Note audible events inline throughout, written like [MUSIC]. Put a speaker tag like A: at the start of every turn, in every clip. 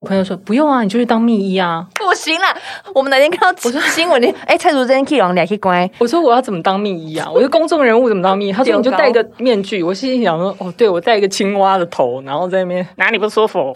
A: 我朋友说不用啊，你就去当秘医啊。
B: 不行啦，我们哪天看到新闻里，哎、蔡淑珍 K 王俩去乖，
A: 我说我要怎么当秘医啊？我是公众人物怎么当秘医？他说你就戴一个面具。我心里想说，哦，对，我戴一个青蛙的头，然后在那边哪里不舒服？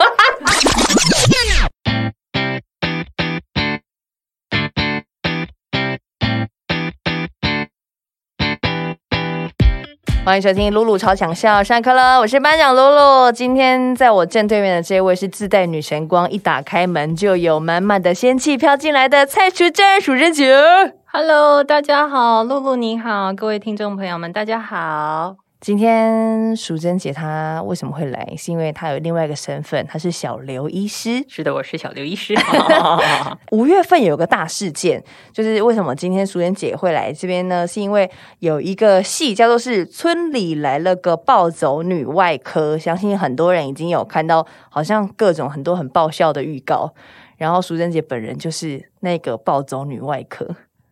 B: 欢迎收听露露超强笑，上课了，我是班长露露。今天在我正对面的这位是自带女神光，一打开门就有满满的仙气飘进来的蔡淑珍淑珍姐。
A: [LAUGHS] Hello，大家好，露露你好，各位听众朋友们，大家好。
B: 今天淑珍姐她为什么会来？是因为她有另外一个身份，她是小刘医师。
A: 是的，我是小刘医 [LAUGHS] 师。
B: 五月份有个大事件，就是为什么今天淑妍姐会来这边呢？是因为有一个戏叫做是《村里来了个暴走女外科》，相信很多人已经有看到，好像各种很多很爆笑的预告。然后淑珍姐本人就是那个暴走女外科，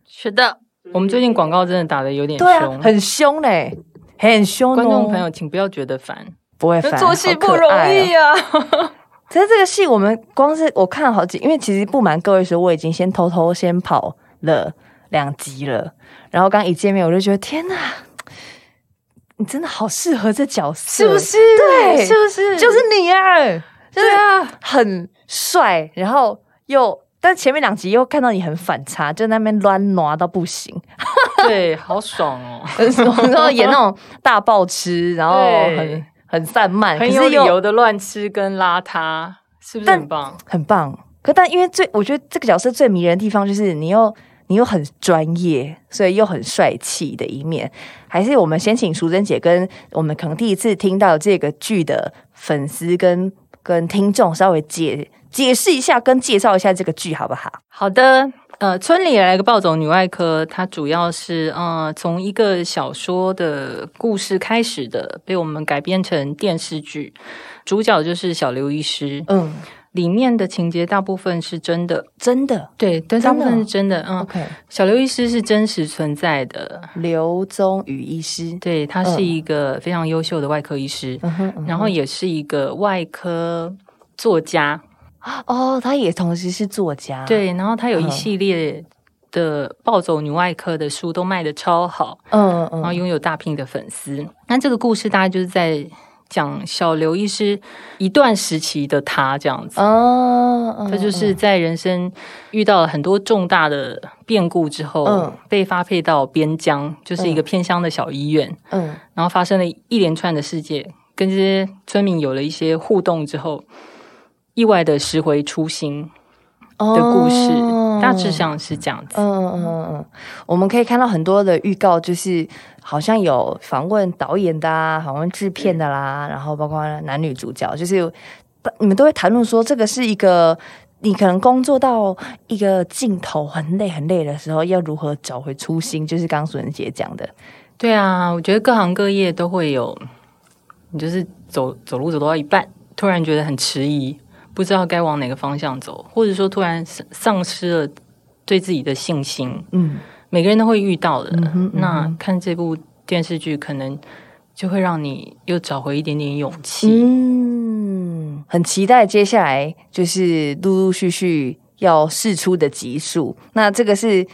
C: 是的，
A: 我们最近广告真的打的有点
B: 对啊
A: 凶，，
B: 很凶嘞、很凶、哦。
A: 观众朋友请不要觉得烦。
B: 不会烦，
C: 做戏
B: 好可
C: 不容
B: 爱哦
C: 易啊。
B: 可是这个戏，我们光是我看了好几，因为其实不瞒各位说，我已经先偷偷先跑了两集了。然后刚一见面，我就觉得天哪，你真的好适合这角色，
C: 是不是？
B: 对
C: 是不是？
B: 就是你啊，
C: 对啊，
B: 很帅，然后又。但前面两集又看到你很反差，就在那边乱挪到不行， [LAUGHS]
A: 对，好爽哦，
B: 然后演那种大暴吃，然后
A: 对
B: 很很散漫，
A: 很
B: 可
A: 有
B: 是
A: 理
B: 又
A: 由的乱吃跟邋遢，是不是
B: 但
A: 很棒？
B: 很棒。可但因为最，我觉得这个角色最迷人的地方就是你又你又很专业，所以又很帅气的一面。还是我们先请淑珍姐跟我们可能第一次听到这个剧的粉丝跟跟听众稍微解解释一下，跟介绍一下这个剧好不好？
A: 好的，呃，村里来个暴走女外科，它主要是呃从一个小说的故事开始的，被我们改编成电视剧，主角就是小刘医师，
B: 嗯，
A: 里面的情节大部分是真的，
B: 真的。
A: 对，但大
B: 真
A: 部
B: 的
A: 分是真的，嗯，
B: OK，
A: 小刘医师是真实存在的，
B: 刘宗宇医师，
A: 对他是
B: 嗯
A: 一个非常优秀的外科医师，
B: 嗯哼，嗯哼
A: 然后也是一个外科作家，
B: 哦，他也同时是作家，，
A: 对，然后他有一
B: 嗯
A: 系列的暴走女外科的书都卖的超好，
B: 嗯嗯
A: 然后拥有大批的粉丝。那这个故事大概就是在讲小刘医师一段时期的他这样子。
B: 哦，嗯
A: 他就是在人生遇到了很多重大的变故之后，
B: 嗯
A: 被发配到边疆，就是一个偏乡的小医院，
B: 嗯
A: 然后发生了一连串的事件，跟这些村民有了一些互动之后，意外的拾回初心
B: 嗯
A: 的故事，大致
B: 上。
A: 上是这样子。
B: 嗯嗯嗯嗯，我们可以看到很多的预告，就是好像有访问导演的啊，访问制片的啦，然后包括男女主角，就是呃你们都会谈论说，这个是一个你可能工作到一个尽头，很累很累的时候，要如何找回初心，就是刚苏仁杰讲的，
A: 对啊，我觉得各行各业都会有，你就是走走路走到一半，突然觉得很迟疑，不知道该往哪个方向走，或者说突然丧丧失了对自己的信心。
B: 嗯，
A: 每个人都会遇到的。
B: 嗯哼嗯哼
A: 那看这部电视剧，可能就会让你又找回一点点勇气。
B: 嗯，很期待接下来就是陆陆续续要试出的集数。那这个是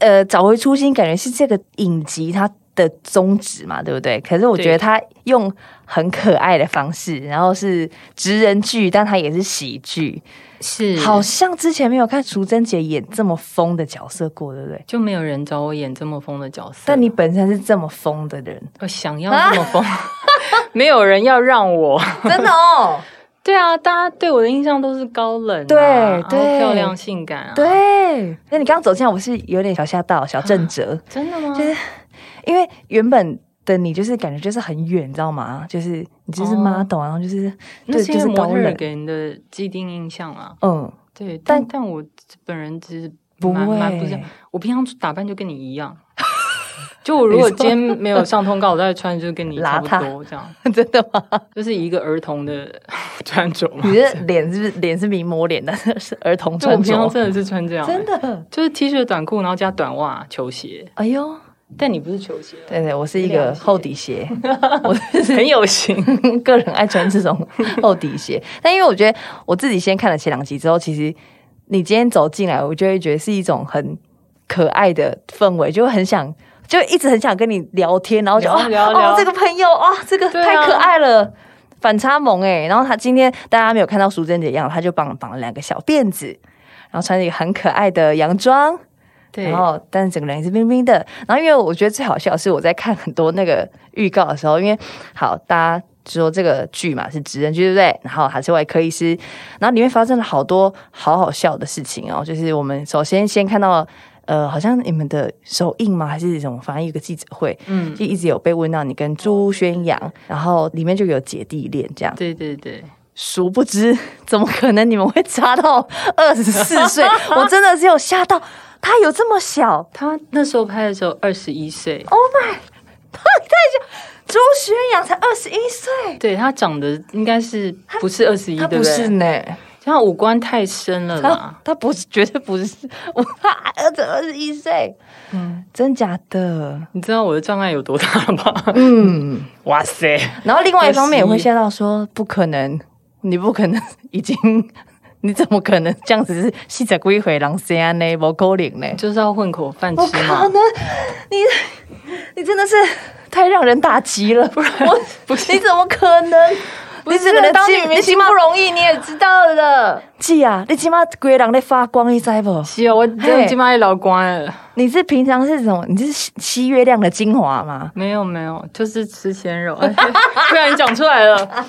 B: 呃找回初心，感觉是这个影集它的宗旨嘛，对不对？可是我觉
A: 对
B: 得它用很可爱的方式，然后是职人剧，但它也是喜剧，
A: 是，
B: 好像之前没有看淑珍姐演这么疯的角色过，对不对？
A: 就没有人找我演这么疯的角色。
B: 但你啊本身是这么疯的人，
A: 我想要这么疯， [LAUGHS] 没有人要让我。
B: [LAUGHS]
A: [LAUGHS]
B: 真的哦，
A: 对啊，大家对我的印象都是高冷、啊，
B: 对
A: 然后
B: 对
A: 漂亮性感、啊。，
B: [LAUGHS] 对。那你刚刚走进来，我是有点小吓到，小 [LAUGHS] 震折。
A: 真的吗？
B: 就是因为原本的你就是感觉就是很远，你知道吗？就是你就是
A: 哦
B: model，、然后就是
A: 那
B: 对，
A: 是因
B: 就
A: 为
B: 是
A: 模
B: 高
A: 特儿
B: 冷，
A: 给人的既定印象啊。
B: 嗯， [LAUGHS]
A: 对，但
B: 但
A: 但我本人其实
B: 不
A: 蛮蛮不
B: 会
A: 像，我平常打扮就跟你一样。就我如果
B: 你说
A: 今天没有上通告，我再穿就跟你差不
B: 邋遢
A: 多这样，
B: 真的
A: [LAUGHS]
B: 吗？
A: 就是一个儿童的 [LAUGHS] 穿着嘛。
B: 你的脸是不是脸是名模脸的，是儿童
A: 就我
B: 穿
A: 平常
B: 着，
A: 真的是穿这样，
B: 真的，
A: 就是 T 恤、短裤，然后加短袜、球鞋，
B: 哎呦，
A: 但你不是球鞋，
B: 对对，我是一个
A: 了解
B: 厚底鞋， [LAUGHS] 我是
A: 很有型。
B: [LAUGHS] 个人爱穿这种厚底鞋。 [LAUGHS] 但因为我觉得我自己先看了前两集之后，其实你今天走进来，我就会觉得是一种很可爱的氛围，就会很想。就一直很想跟你聊天，然后就
A: 聊
B: 啊
A: 聊聊
B: 哦，这个朋友啊，这个
A: 对啊
B: 太可爱了，反差萌哎、然后他今天大家没有看到淑珍姐的样子，他就绑绑了两个小辫子，然后穿着一个很可爱的洋装，
A: 对
B: 然，后但是整个人也是冰冰的。然后因为我觉得最好笑的是我在看很多那个预告的时候，因为好大家。说这个剧嘛是职人剧对不对？然后还是外科医师，然后里面发生了好多好好笑的事情哦。就是我们首先先看到，呃，好像你们的首映吗？还是什么？反正有一个记者会，
A: 嗯，
B: 就一直有被问到你跟朱宣阳，然后里面就有姐弟恋这样。
A: 对对对，
B: 殊不知，怎么可能你们会差到二十四
A: [LAUGHS]
B: 岁？我真的是有吓到，他有这么小，
A: 他那时候拍的时候二十一岁，
B: Oh 朱宣阳才二十一岁，
A: 对他长得应该是不是二十一，
B: 他
A: 对
B: 不是
A: 对？
B: 呢，
A: 他五官太深了
B: 他
A: 啦。
B: 他不是，绝对不是，我他儿子二十一岁，嗯，真假的，
A: 你知道我的障碍有多大了吧？
B: [LAUGHS] 嗯。
A: 哇塞，
B: 然后另外一方面也会
A: 21
B: 吓到说，不可能，你不可能已经，你怎么可能这样子是细仔归回狼谁安呢？无可能呢？
A: 就是要混口饭
B: 不
A: 吃
B: 可
A: 嘛。
B: 能，你你真的是太让人打击了！我
A: 不是
B: 你怎么可能？
A: 是
B: 你怎么能
C: 当
B: 当
C: 女
B: 女
C: 明
B: 明
C: 星
B: 星
C: 不容易，你也知道的。
B: 记啊，你起码鬼人在发光，你知不？
A: 是啊，我这今麦老关了，
B: 你是平常是什么？你是吸吸月亮的精华吗？
A: 没有没有，就是吃鲜
B: [LAUGHS]
A: 肉，哎不然你讲出来了，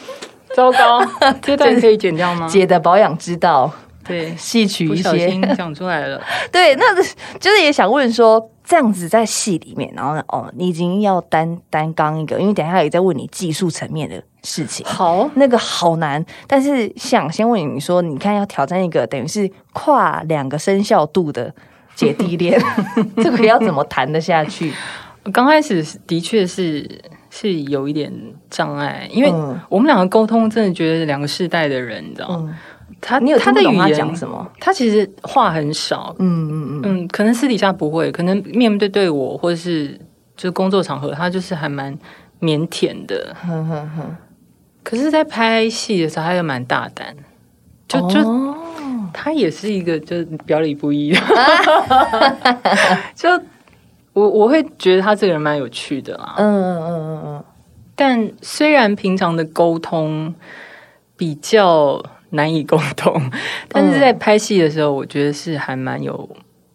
A: 糟糕，这段可以剪掉
C: 嗯
A: 吗？
B: 姐的保养之道，
A: 对，
B: 吸取
A: 不
B: 一
A: 小
B: 些
A: 心。讲出来了。
B: [LAUGHS] 对，那就是也想问说，这样子在戏里面，然后呢，哦，你已经要担担纲一个，因为等一下也在问你技术层面的事情。
A: 好，
B: 那个好难，但是想先问你说，你看要挑战一个等于是跨两个生肖度的姐弟恋， [LAUGHS] 这个要怎么谈得下去？
A: 刚开始的确是是有一点障碍，因为
B: 嗯
A: 我们两个沟通，真的觉得两个世代的人，你知道吗？
B: 嗯，
A: 他
B: 你有
A: 他
B: 听
A: 的
B: 不懂
A: 语
B: 他
A: 言
B: 讲什么？
A: 他其实话很少，
B: 嗯嗯嗯，
A: 嗯，可能私底下不会，可能面对对我，或者是就是工作场合，他就是还蛮腼腆的。
B: 哼哼哼，
A: 可是，在拍戏的时候，他又蛮大胆，就
B: 嗯
A: 就、
B: 哦
A: 他也是一个就是表里不一的， [LAUGHS] 就我我会觉得他这个人蛮有趣的啦。
B: 嗯嗯嗯嗯
A: 但虽然平常的沟通比较难以沟通，但是在拍戏的时候，我觉得是还蛮有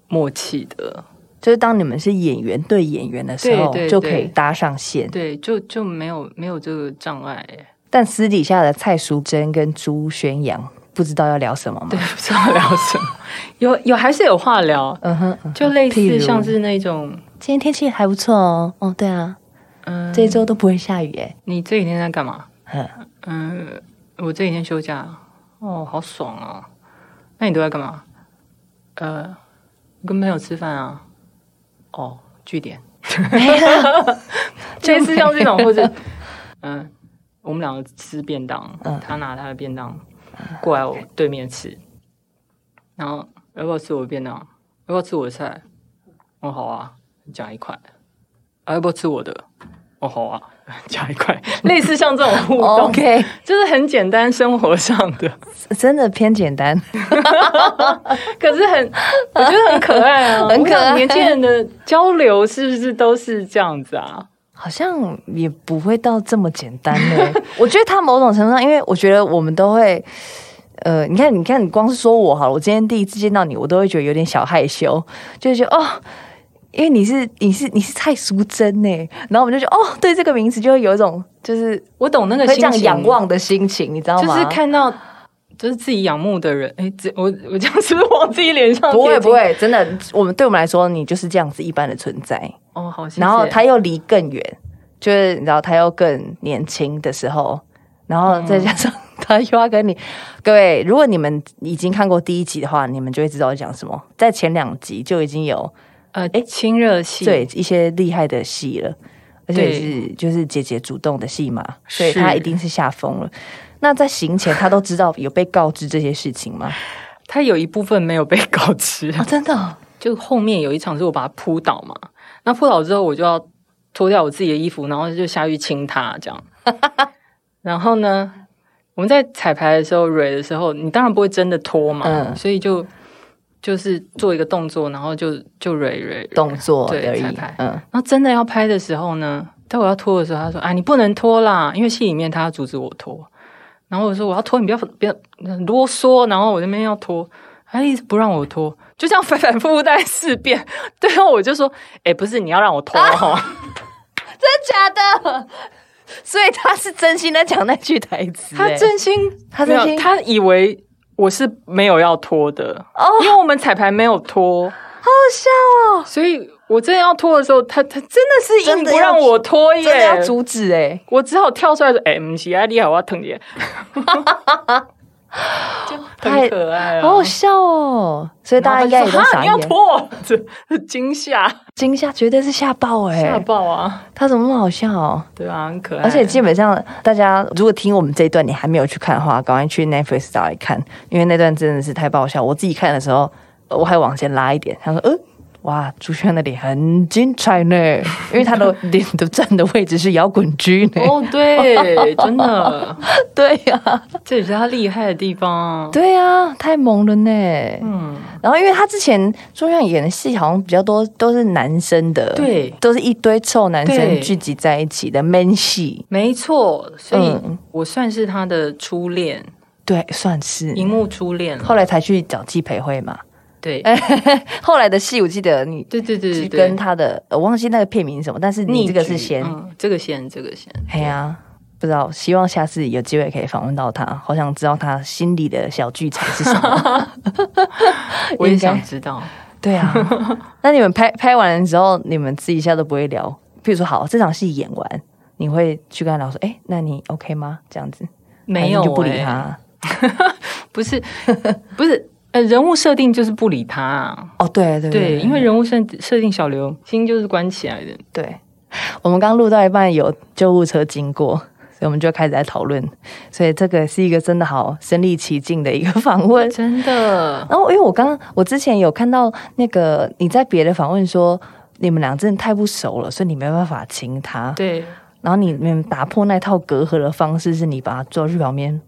A: 默契的。
B: 嗯，就是当你们是演员对演员的时候，
A: 对对
B: 就可以搭上线。
A: 对，就就没有没有这个障碍。
B: 但私底下的蔡淑珍跟朱宣阳不知道要聊什么吗
A: 对，？不知道聊什么， [LAUGHS] 有有还是有话聊，
B: 嗯哼，嗯
A: 就类
B: 譬
A: 似
B: 如
A: 像是那种，
B: 今天天气还不错哦。哦，对啊，
A: 嗯，
B: 这一周都不会下雨诶。
A: 你这几天在干嘛？
B: 哼
A: 嗯，我这几天休假，哦，好爽啊！那你都在干嘛？呃，跟朋友吃饭啊。哦，据点。
B: 没了。
A: [LAUGHS] 类似像这种，或者嗯、我们两个吃便当，
B: 嗯
A: 他拿他的便当过来我对面吃，然后要不要吃我的便当？要不要吃我的菜？哦，好啊，加一块。啊，要不要吃我的？哦，好啊， [LAUGHS] 加一
B: [LAUGHS]
A: 块。类似像这种互动
B: OK，
A: [LAUGHS] 就是很简单生活上
B: [LAUGHS]
A: 的，
B: 真的偏简单。
A: 可是很我觉得很可爱啊，
B: 很可爱
A: 我想年轻人的交流是不是都是这样子啊？
B: 好像也不会到这么简单呢、
A: [LAUGHS]
B: 我觉得他某种程度上，因为我觉得我们都会，呃，你看，你看，你光是说我好了，我今天第一次见到你，我都会觉得有点小害羞，就会觉得哦，因为你是你是你是蔡淑珍呢、然后我们就觉得哦，对这个名字就会有一种就是
A: 我懂那个
B: 会这
A: 心
B: 样
A: 情，
B: 仰望的心情，你知道
A: 就
B: 吗？
A: 是看到就是自己仰慕的人，哎、这我我这样是不是 [LAUGHS] 往自己脸上
B: 不会
A: 贴金
B: 不会，真的，我们对我们来说，你就是这样子一般的存在。
A: 哦，好，谢谢
B: 然后他又离更远，就是你知道他又更年轻的时候，然后再加
A: 嗯
B: 上 [LAUGHS] 他又要跟你，各位，如果你们已经看过第一集的话，你们就会知道我讲什么。在前两集就已经有
A: 呃，哎，亲热戏，
B: 对一些厉害的戏了，而且
A: 对
B: 也是就是姐姐主动的戏嘛，所以他
A: 是
B: 一定是吓疯了。那在行前，他都知道有被告知这些事
A: [LAUGHS]
B: 情吗？
A: 他有一部分没有被告知， [LAUGHS]
B: 哦，真的哦、
A: 就后面有一场是我把他扑倒嘛，那扑倒之后，我就要脱掉我自己的衣服，然后就下去亲他
B: [LAUGHS]
A: 这样。然后呢，我们在彩排的时候、蕊的时候，你当然不会真的脱嘛，
B: 嗯
A: 所以就就是做一个动作，然后就就蕊蕊。
B: 动作
A: 对
B: 而已
A: 彩排，
B: 嗯，
A: 然后真的要拍的时候呢，待会要脱的时候，他说：“啊，你不能脱啦，因为戏里面他要阻止我脱。”然后我说：“我要脱，你不要不要啰嗦。”然后我那边要脱，他一直不让我脱，就这样反反复复大概四遍。 [LAUGHS] 最后我就说：“哎、不是你要让我脱哦。
B: 啊
A: [LAUGHS]
C: 假的，
B: [LAUGHS] 所以他是真心在讲那句台词、
A: 他
B: 欸
A: 真心，
B: 他真心
A: 没有他以为我是没有要脱的，
B: 哦
A: 因为我们彩排没有脱，好笑哦。所以我真的要脱的时候，他他真的是硬
B: 真的
A: 不
B: 要
A: 让我脱耶，
B: 真的要阻止哎、欸
A: 我只好跳出来说：“哎、不是啊，你好，我要疼 [LAUGHS] 你。”就很可爱、啊，
B: 好好笑哦！所以大家应该也都
A: 然后他就说
B: 傻
A: 哈你要
B: 眼，
A: 脱我，这这惊吓
B: 惊吓绝对是吓爆哎、
A: 吓爆啊！
B: 他怎么那么好笑、哦
A: 对啊，很可爱。
B: 而且基本上，大家如果听我们这一段你还没有去看的话，赶快去 Netflix 找来看，因为那段真的是太爆笑。我自己看的时候，呃我还往前拉一点，他说：“呃， [LAUGHS] 哇，朱轩的脸很精彩呢，因为他的脸的站的位置是摇滚区呢。
A: 哦，对，真的，
B: 对呀、
A: 这也是他厉害的地方。
B: 对呀、太萌了呢。
A: 嗯，
B: 然后，因为他之前朱轩演的戏好像比较多都是男生的，
A: 对
B: 都是一堆臭男生
A: 对
B: 聚集在一起的 man 戏，
A: 没错，所以
B: 嗯
A: 我算是他的初恋，
B: 对，算是。
A: 荧幕初恋了。
B: 后来才去找季培慧嘛。 [LAUGHS]
A: 对，
B: 后来的戏我记得你
A: 对对对
B: 是
A: 对
B: 哎跟
A: 对，
B: 他的，呃我忘记那个片名是什么，但是你这个是先，
A: 嗯这个先，这个先。
B: 哎呀、不知道，希望下次有机会可以访问到他，好想知道他心里的小剧场是什么。
A: 我也
B: 应该
A: 想知道。
B: 对啊， [LAUGHS] 那你们拍拍完之后，你们私底下都不会聊，譬如说，好，这场戏演完，你会去跟他聊说，哎、那你 OK 吗？这样子，
A: 没有、欸，
B: 还哎是你就不理他。
A: 不是 [LAUGHS] 不是，呃，人物设定就是不理他、啊，
B: 哦，对对
A: 对，因为人物设设定小刘心就是关起来的，
B: 对，我们刚录到一半有救护车经过，所以我们就开始在讨论。所以这个是一个真的好身临其境的一个访问。 [LAUGHS]
A: 真的，
B: 然后，因为我刚我之前有看到那个你在别的访问说。你们俩真的太不熟了，所以你没办法亲他。
A: 对，
B: 然后你们打破那套隔阂的方式是你把他抓去旁边，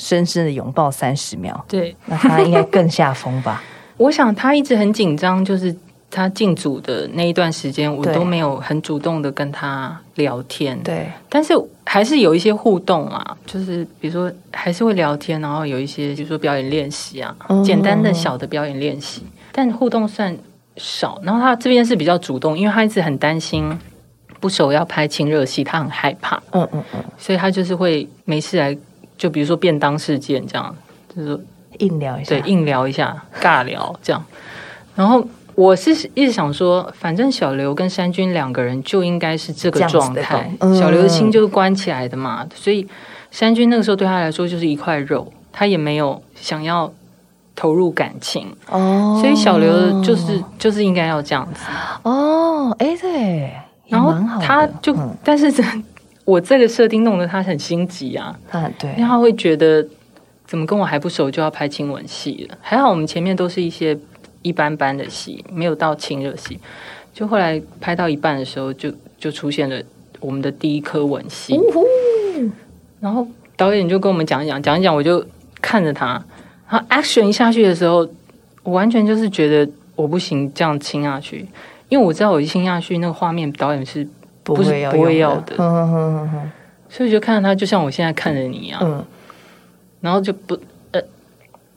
B: 深深的拥抱三十秒，
A: 对，
B: 那他应该更下风
A: [LAUGHS]
B: 吧？
A: 我想他一直很紧张，就是他进组的那一段时间，我
B: 对
A: 都没有很主动的跟他聊天，
B: 对，
A: 但是还是有一些互动啊，就是比如说还是会聊天，然后有一些比如说表演练习啊，
B: 嗯
A: 简单的小的表演练习，但互动算少。然后他这边是比较主动，因为他一直很担心不熟要拍亲热戏，他很害怕，
B: 嗯嗯嗯，
A: 所以他就是会没事来，就比如说便当事件这样，就是说
B: 硬聊一下
A: 对，硬聊一下，尬聊这样。然后我是一直想说，反正小刘跟山君两个人就应该是这
B: 这
A: 个
B: 样子的
A: 状态。
B: 状态
A: 小刘的心就是关起来的嘛，所以山君那个时候对他来说就是一块肉，他也没有想要投入感情，
B: 哦，
A: 所以小刘就是就是应该要这样子。
B: 哦，哎、对，
A: 然后
B: 也蛮好的
A: 他就，
B: 嗯
A: 但是这我这个设定弄得他很心急啊，
B: 他很对
A: 因为，他会觉得怎么跟我还不熟就要拍亲吻戏了。还好我们前面都是一些一般般的戏，没有到亲热戏。就后来拍到一半的时候就，就出现了我们的第一颗吻戏。然后导演就跟我们讲一讲，讲一讲，我就看着他，然后 action 一下去的时候，我完全就是觉得我不行，这样亲下去，因为我知道我一亲下去那个画面，导演是
B: 不
A: 不是
B: 会要
A: 不会
B: 用
A: 要的
B: 嗯嗯嗯嗯
A: 所以我就看着他，就像我现在看着你一样。
B: 嗯，
A: 然后就不呃，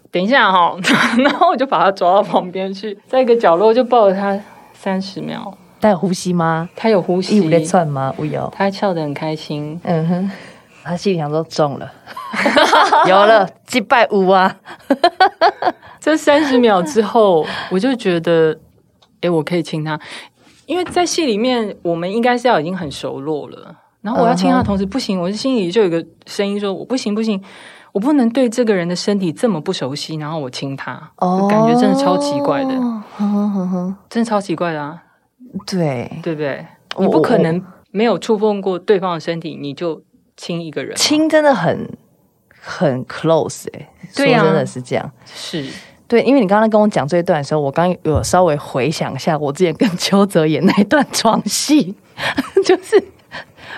A: 等一下哈、 [LAUGHS] 然后我就把他抓到旁边去，在一个角落就抱着他三十秒，
B: 带有呼吸吗？
A: 他有呼
B: 一
A: 吸
B: 五，哎在窜吗？不有，
A: 他笑得很开心，
B: 嗯哼，他心里想说中
A: [LAUGHS]
B: 了， [LAUGHS] 有了，击败五啊，
A: 这三十秒之后， [LAUGHS] 我就觉得，诶，我可以亲他，因为在戏里面我们应该是要已经很熟络了。然后我要亲他的同时不行，我心里就有一个声音说，我不行不行，我不能对这个人的身体这么不熟悉，然后我亲他，我感觉真的超奇怪的，
B: 哼
A: 嗯
B: 哼哼哼
A: 真的超奇怪的啊，
B: 对，
A: 对不对？
B: 我
A: 你不可能没有触碰过对方的身体，你就亲一个人。
B: 亲真的很很 close 哎、欸，
A: 对啊
B: 说真的是这样，
A: 是，
B: 对，因为你刚刚跟我讲这一段的时候，我刚有稍微回想一下我之前跟邱泽演那一段床戏， [LAUGHS] 就是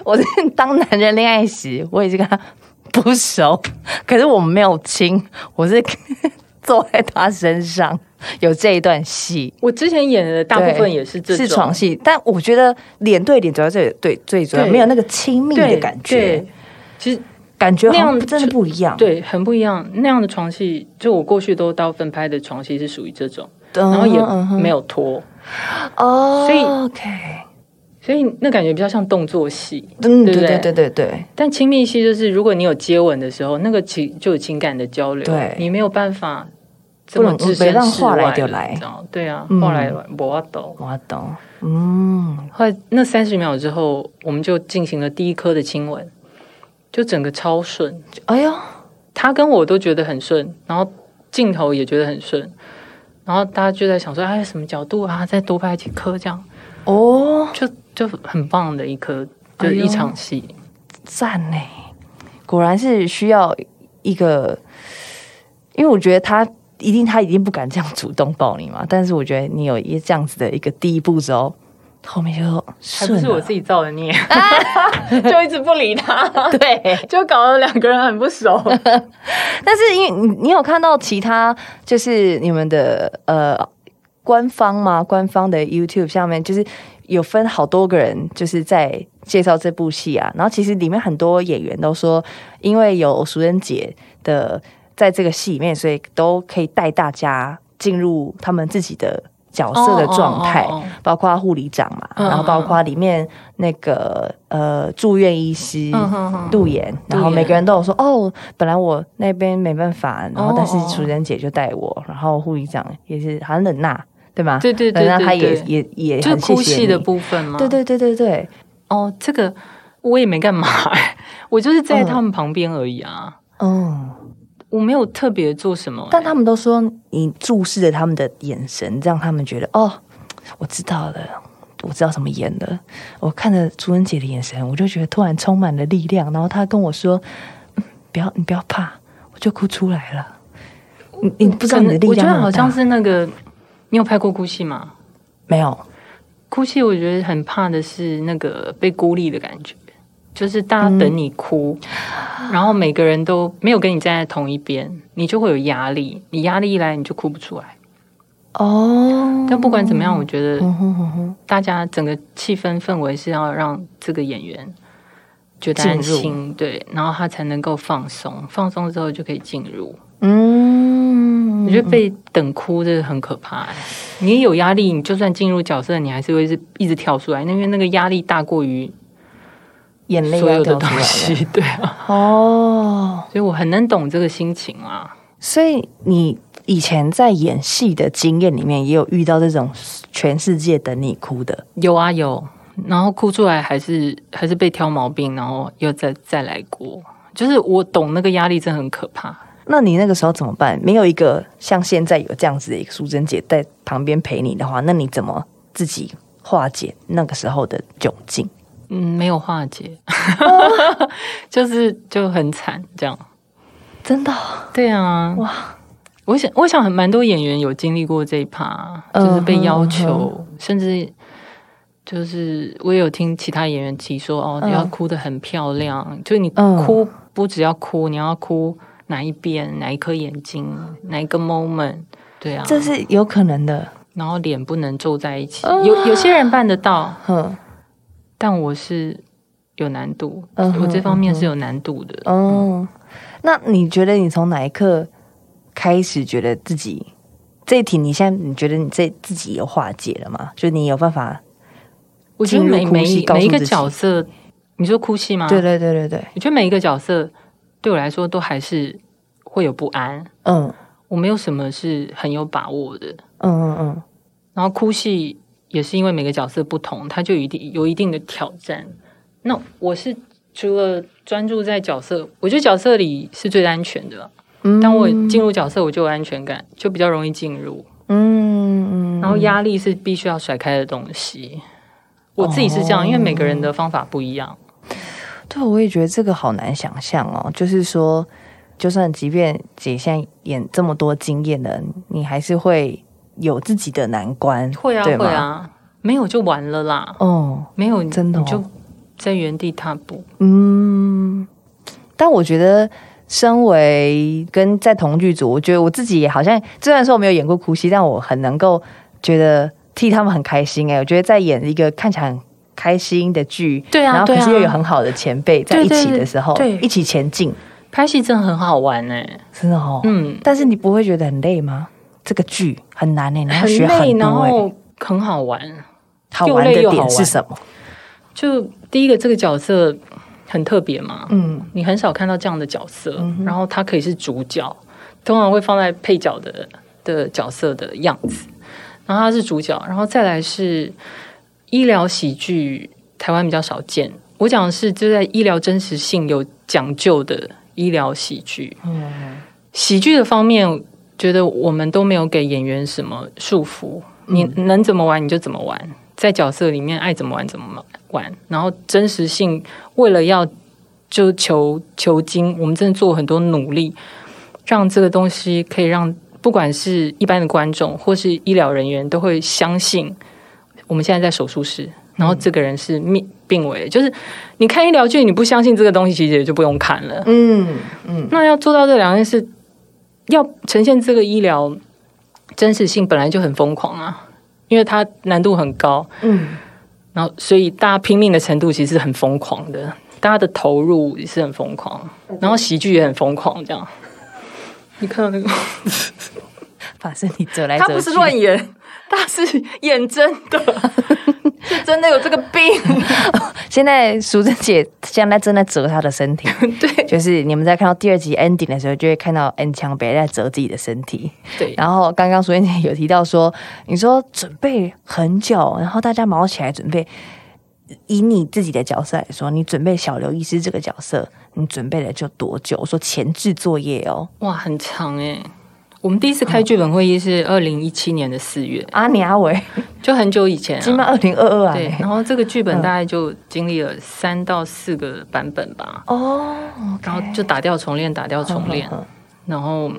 B: 我是当男人恋爱时，我已经跟他不熟，可是我没有亲，我是 [LAUGHS] 坐在他身上有这一段戏。
A: 我之前演的大部分
B: 对
A: 也是这种
B: 是床戏，但我觉得脸对脸主要最对最主要
A: 对
B: 没有那个亲密的
A: 对
B: 感觉
A: 对，其实
B: 感觉好
A: 那
B: 像
A: 样
B: 真的
A: 就
B: 不一样。
A: 对很不一样。那样的床戏，就我过去都大部分拍的床戏是属于这种，
B: 嗯哼，
A: 然后也
B: 嗯哼
A: 没有拖，
B: 哦，
A: 所以
B: OK，
A: 所以那感觉比较像动作戏。
B: 嗯，对
A: 对不
B: 对
A: 对
B: 对对对，
A: 但亲密戏就是，如果你有接吻的时候，那个情就有情感的交流，
B: 对
A: 你没有办法这
B: 不
A: 么
B: 能
A: 置
B: 不
A: 身
B: 能
A: 事
B: 话
A: 外
B: 来
A: 了，
B: 就来
A: 你知道对啊，
B: 嗯
A: 话来我懂。
B: 我懂，嗯。
A: 后来那三十秒之后，我们就进行了第一颗的亲吻，就整个超顺，
B: 哎呦，
A: 他跟我都觉得很顺，然后镜头也觉得很顺，然后大家就在想说，哎，什么角度啊，再多拍几颗这样，
B: 哦，
A: 就就很棒的一颗，
B: 哎
A: 就
B: 呦
A: 一场戏。
B: 赞呢！果然是需要一个，因为我觉得他一定他一定不敢这样主动抱你嘛，但是我觉得你有一这样子的一个第一步之后，后面就
A: 还不
B: 顺
A: 是我
B: 了。
A: 自己造的孽， [LAUGHS] 就一直不理他， [LAUGHS] 对，哦就搞得两个人很不熟。
B: 但是因为你你有看到其他就是你们的呃官方吗？官方的 YouTube 下面就是有分好多个人，就是在介绍这部戏啊。然后其实里面很多演员都说，因为有淑珍姐的在这个戏里面，所以都可以带大家进入他们自己的角色的状态。
A: 哦哦哦哦
B: 包括护理长嘛，
A: 嗯
B: 然后包括里面那个呃住院医师
A: 嗯哼哼
B: 杜岩，然后每个人都有说哦，本来我那边没办法，然后但是
A: 哦
B: 淑珍姐就带我，然后护理长也是好像冷娜对吗？
A: 对对对
B: 冷娜
A: 对
B: 她也
A: 对
B: 也也
A: 就是
B: 很谢
A: 哭
B: 谢
A: 戏的
B: 你
A: 部分啊吗？
B: 对对对对对，
A: 哦，这个我也没干嘛、哎我就是在他们旁边而已啊，
B: 嗯，
A: 我没有特别做什么、
B: 但他们都说你注视着他们的眼神，让他们觉得哦，我知道了。我知道怎么演了。我看着朱恩姐的眼神，我就觉得突然充满了力量。然后她跟我说：“嗯、不要，你不要怕，我就哭出来了。你”你不知道你的力
A: 我觉
B: 量那
A: 得
B: 么大，
A: 好像是那个，你有拍过哭戏吗？
B: 没有
A: 哭戏，我觉得很怕的是那个被孤立的感觉，就是大家等你哭，
B: 嗯
A: 然后每个人都没有跟你站在同一边，你就会有压力。你压力一来，你就哭不出来。
B: 哦。
A: 但不管怎么样，我觉得
B: 嗯哼哼哼
A: 大家整个气氛氛围是要让这个演员觉得安
B: 进
A: 心，对，然后他才能够放松，放松之后就可以进入。
B: 嗯，
A: 我觉得被等哭这个很可怕、欸，你有压力，你就算进入角色，你还是会是一直跳出来，因为那个压力大过于
B: 眼泪
A: 所
B: 要
A: 有的
B: 掉出
A: 东
B: 来了。
A: 西，对啊，
B: 哦，
A: 所以我很能懂这个心情啊。
B: 所以你以前在演戏的经验里面，也有遇到这种全世界等你哭的，
A: 有啊有，然后哭出来还是还是被挑毛病，然后又再再来过，就是我懂那个压力真的很可怕。
B: 那你那个时候怎么办？没有一个像现在有这样子的一个淑珍姐在旁边陪你的话，那你怎么自己化解那个时候的窘境？
A: 嗯，没有化解， [LAUGHS]
B: 哦
A: 就是就很惨这样。
B: 真的哦、
A: 对啊，
B: 哇！
A: 我想，我想很蛮多演员有经历过这一趴，
B: 嗯
A: 就是被要
B: 哼
A: 求，甚至就是我也有听其他演员提说，哦，
B: 嗯
A: 要哭得很漂亮，就你
B: 嗯
A: 哭不只要哭，你要哭哪一边，哪一颗眼睛，哪一个 moment，对啊，
B: 这是啊有可能的。
A: 然后脸不能皱在一起，有有些人办得到，
B: 哼，
A: 但我是有难度，
B: 嗯哼
A: 我这方面是有难度的，
B: 哦，那你觉得你从哪一刻开始觉得自己这一题？你现在你觉得你这自己有化解了吗？就你有办法？
A: 我觉得
B: 进入
A: 每
B: 哭
A: 每
B: 戏
A: 一
B: 告诉
A: 每一个
B: 自己
A: 角色，你说哭戏吗？
B: 对对对对对，
A: 我觉得每一个角色对我来说都还是会有不安，
B: 嗯
A: 我没有什么是很有把握的。
B: 嗯嗯嗯，
A: 然后哭戏也是因为每个角色不同，它就有一定有一定的挑战。那我是除了专注在角色，我觉得角色里是最安全的。
B: 嗯
A: 当我进入角色，我就有安全感，就比较容易进入。
B: 嗯嗯，
A: 然后压力是必须要甩开的东西。我自己是这样，因为每个人的方法不一样。
B: 对，我也觉得这个好难想象哦。就是说，就算即便姐现在演这么多经验了，你还是会有自己的难关，
A: 会啊
B: 对吗
A: 会，啊，没有就完了啦，
B: 哦，
A: 没有
B: 真的哦
A: 你就在原地踏步。
B: 嗯，但我觉得。身为跟在同剧组，我觉得我自己也好像，虽然说我没有演过哭戏，但我很能够觉得替他们很开心哎、我觉得在演一个看起来很开心的剧，
A: 对啊
B: 然后可
A: 对啊
B: 是又有很好的前辈在
A: 对
B: 一
A: 对
B: 起
A: 对
B: 的时候，
A: 对
B: 一起前进，
A: 拍戏真的很好玩哎、
B: 真的哦。
A: 嗯，
B: 但是你不会觉得很累吗？这个剧很难欸诶、你要
A: 很
B: 学
A: 累，
B: 很
A: 然
B: 多诶、
A: 后很好玩。
B: 好玩
A: 又
B: 的
A: 累又好
B: 点
A: 玩
B: 是什么？
A: 就第一个，这个角色很特别嘛，
B: 嗯，
A: 你很少看到这样的角色，
B: 嗯哼
A: 然后他可以是主角，通常会放在配角的的角色的样子，然后他是主角，然后再来是医疗喜剧，台湾比较少见。我讲的是就在医疗真实性有讲究的医疗喜剧，
B: 嗯
A: 喜剧的方面，觉得我们都没有给演员什么束缚，你能怎么玩你就怎么玩，在角色里面爱怎么玩怎么玩。然后真实性，为了要就求求精，我们真的做很多努力，让这个东西可以让不管是一般的观众或是医疗人员都会相信我们现在在手术室。然后这个人是病病危的，就是你看医疗剧，你不相信这个东西，其实也就不用看了。
B: 嗯嗯
A: 那要做到这两件事，要呈现这个医疗真实性本来就很疯狂啊，因为它难度很高，
B: 嗯，
A: 然后所以大家拼命的程度其实是很疯狂的，大家的投入也是很疯狂，然后喜剧也很疯狂，这样。你看到那个，
B: 反正你折来
A: [LAUGHS]
B: 折
A: 他
B: 去，
A: 不是乱演，他是演真 [LAUGHS] 的，
C: 是真的有这个病，
B: 现在淑珍姐现在正在折她的身体，
A: [LAUGHS] 对
B: 就是你们在看到第二集 ending 的时候，就会看到 N 强北在折自己的身体。
A: 对，啊
B: 然后刚刚淑珍姐有提到说，你说准备很久，然后大家毛起来准备。以你自己的角色来说，你准备小刘医师这个角色，你准备了就多久？我说前置作业哦，
A: 哇，很长哎、我们第一次开剧本会议是二零一七年的四月，
B: 阿尼阿伟，
A: 就很久以前、啊。
B: 今麦二零二二啊，
A: 对，然后这个剧本大概就经历了三到四个版本吧，
B: 哦，
A: 然后就打掉重练，打掉重练
B: 嗯，嗯
A: 然后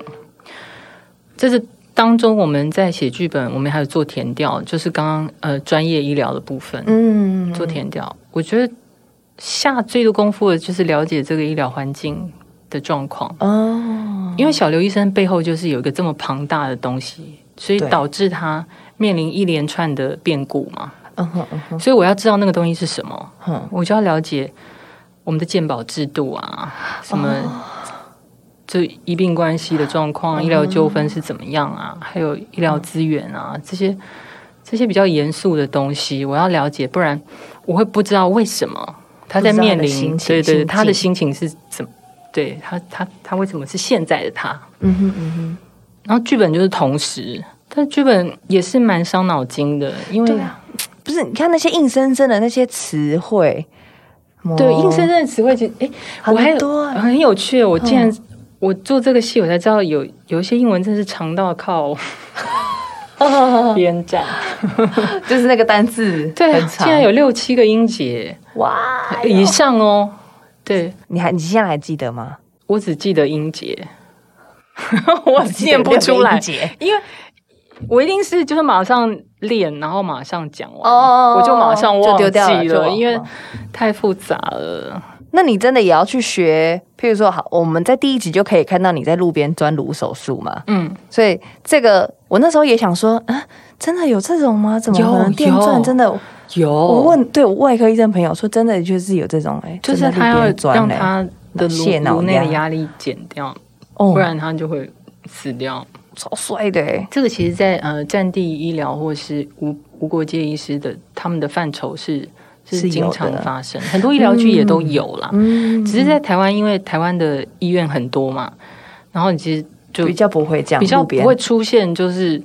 A: 这是当中我们在写剧本，我们还有做填调，就是刚刚呃专业医疗的部分
B: 嗯，
A: 做填调，我觉得下最多功夫的就是了解这个医疗环境的状
B: 嗯
A: 况，
B: 哦，
A: 因为小刘医生背后就是有一个这么庞大的东西，所以
B: 对
A: 导致他面临一连串的变故嘛，
B: 嗯哼嗯哼
A: 所以我要知道那个东西是什么。
B: 哼，
A: 我就要了解我们的健保制度啊，什么
B: 哦
A: 就医病关系的状况、医疗纠纷是怎么样啊，还有医疗资源啊，这些这些比较严肃的东西，我要了解，不然我会不知道为什么他在面
B: 不知道
A: 临，
B: 他的心情
A: 对对，对
B: 心境
A: 他的心情是怎么，对他他他为什么是现在的他？
B: 嗯哼嗯哼，
A: 然后剧本就是同时，但剧本也是蛮伤脑筋的，因为
B: 对啊，不是，你看那些硬生生的那些词汇，
A: 对，
B: 哦
A: 硬生生的词汇其实，哎、
B: 很
A: 我还有
B: 多欸
A: 很有趣，我竟然、我做这个戏，我才知道有有一些英文真是长到
B: [LAUGHS]
A: 靠边站，
B: 就是那个单字，
A: 对，啊
B: 很长
A: 竟然有六七个音节
B: 哇！
A: 以上哦。对，
B: 你还你现在还记得吗？
A: 我只记得音节， [LAUGHS] 我念不
B: 记得
A: 出
B: 六个
A: 来
B: 音，节
A: 因为我一定是就是马上练，然后马上讲完，
B: 哦
A: 我就马上忘
B: 就
A: 记
B: 丢掉了就忘了
A: 因为太复杂了。
B: 那你真的也要去学，譬如说，好，我们在第一集就可以看到你在路边钻颅手术嘛。
A: 嗯，
B: 所以这个，我那时候也想说，啊，真的有这种吗？怎么
A: 有
B: 可能电钻
A: 有
B: 真的？
A: 有
B: 我问，对我外科医生朋友说，真的就是有这种哎、
A: 就是
B: 真的
A: 他
B: 路
A: 要
B: 边钻
A: 让
B: 哎
A: 他的
B: 卸
A: 颅
B: 脑
A: 颅内的
B: 压
A: 压力减掉，
B: 哦
A: 不然他就会死掉。
B: 超帅的、欸，
A: 这个其实在，呃战地医疗或是无无国界医师的他们的范畴是
B: 是
A: 是
B: 有
A: 经常
B: 的
A: 发生，很多医疗剧也都有啦。
B: 嗯，
A: 只是在台湾，因为台湾的医院很多嘛，然后你其实就
B: 比较不会这样，
A: 比较
B: 路
A: 不
B: 边
A: 会出现就是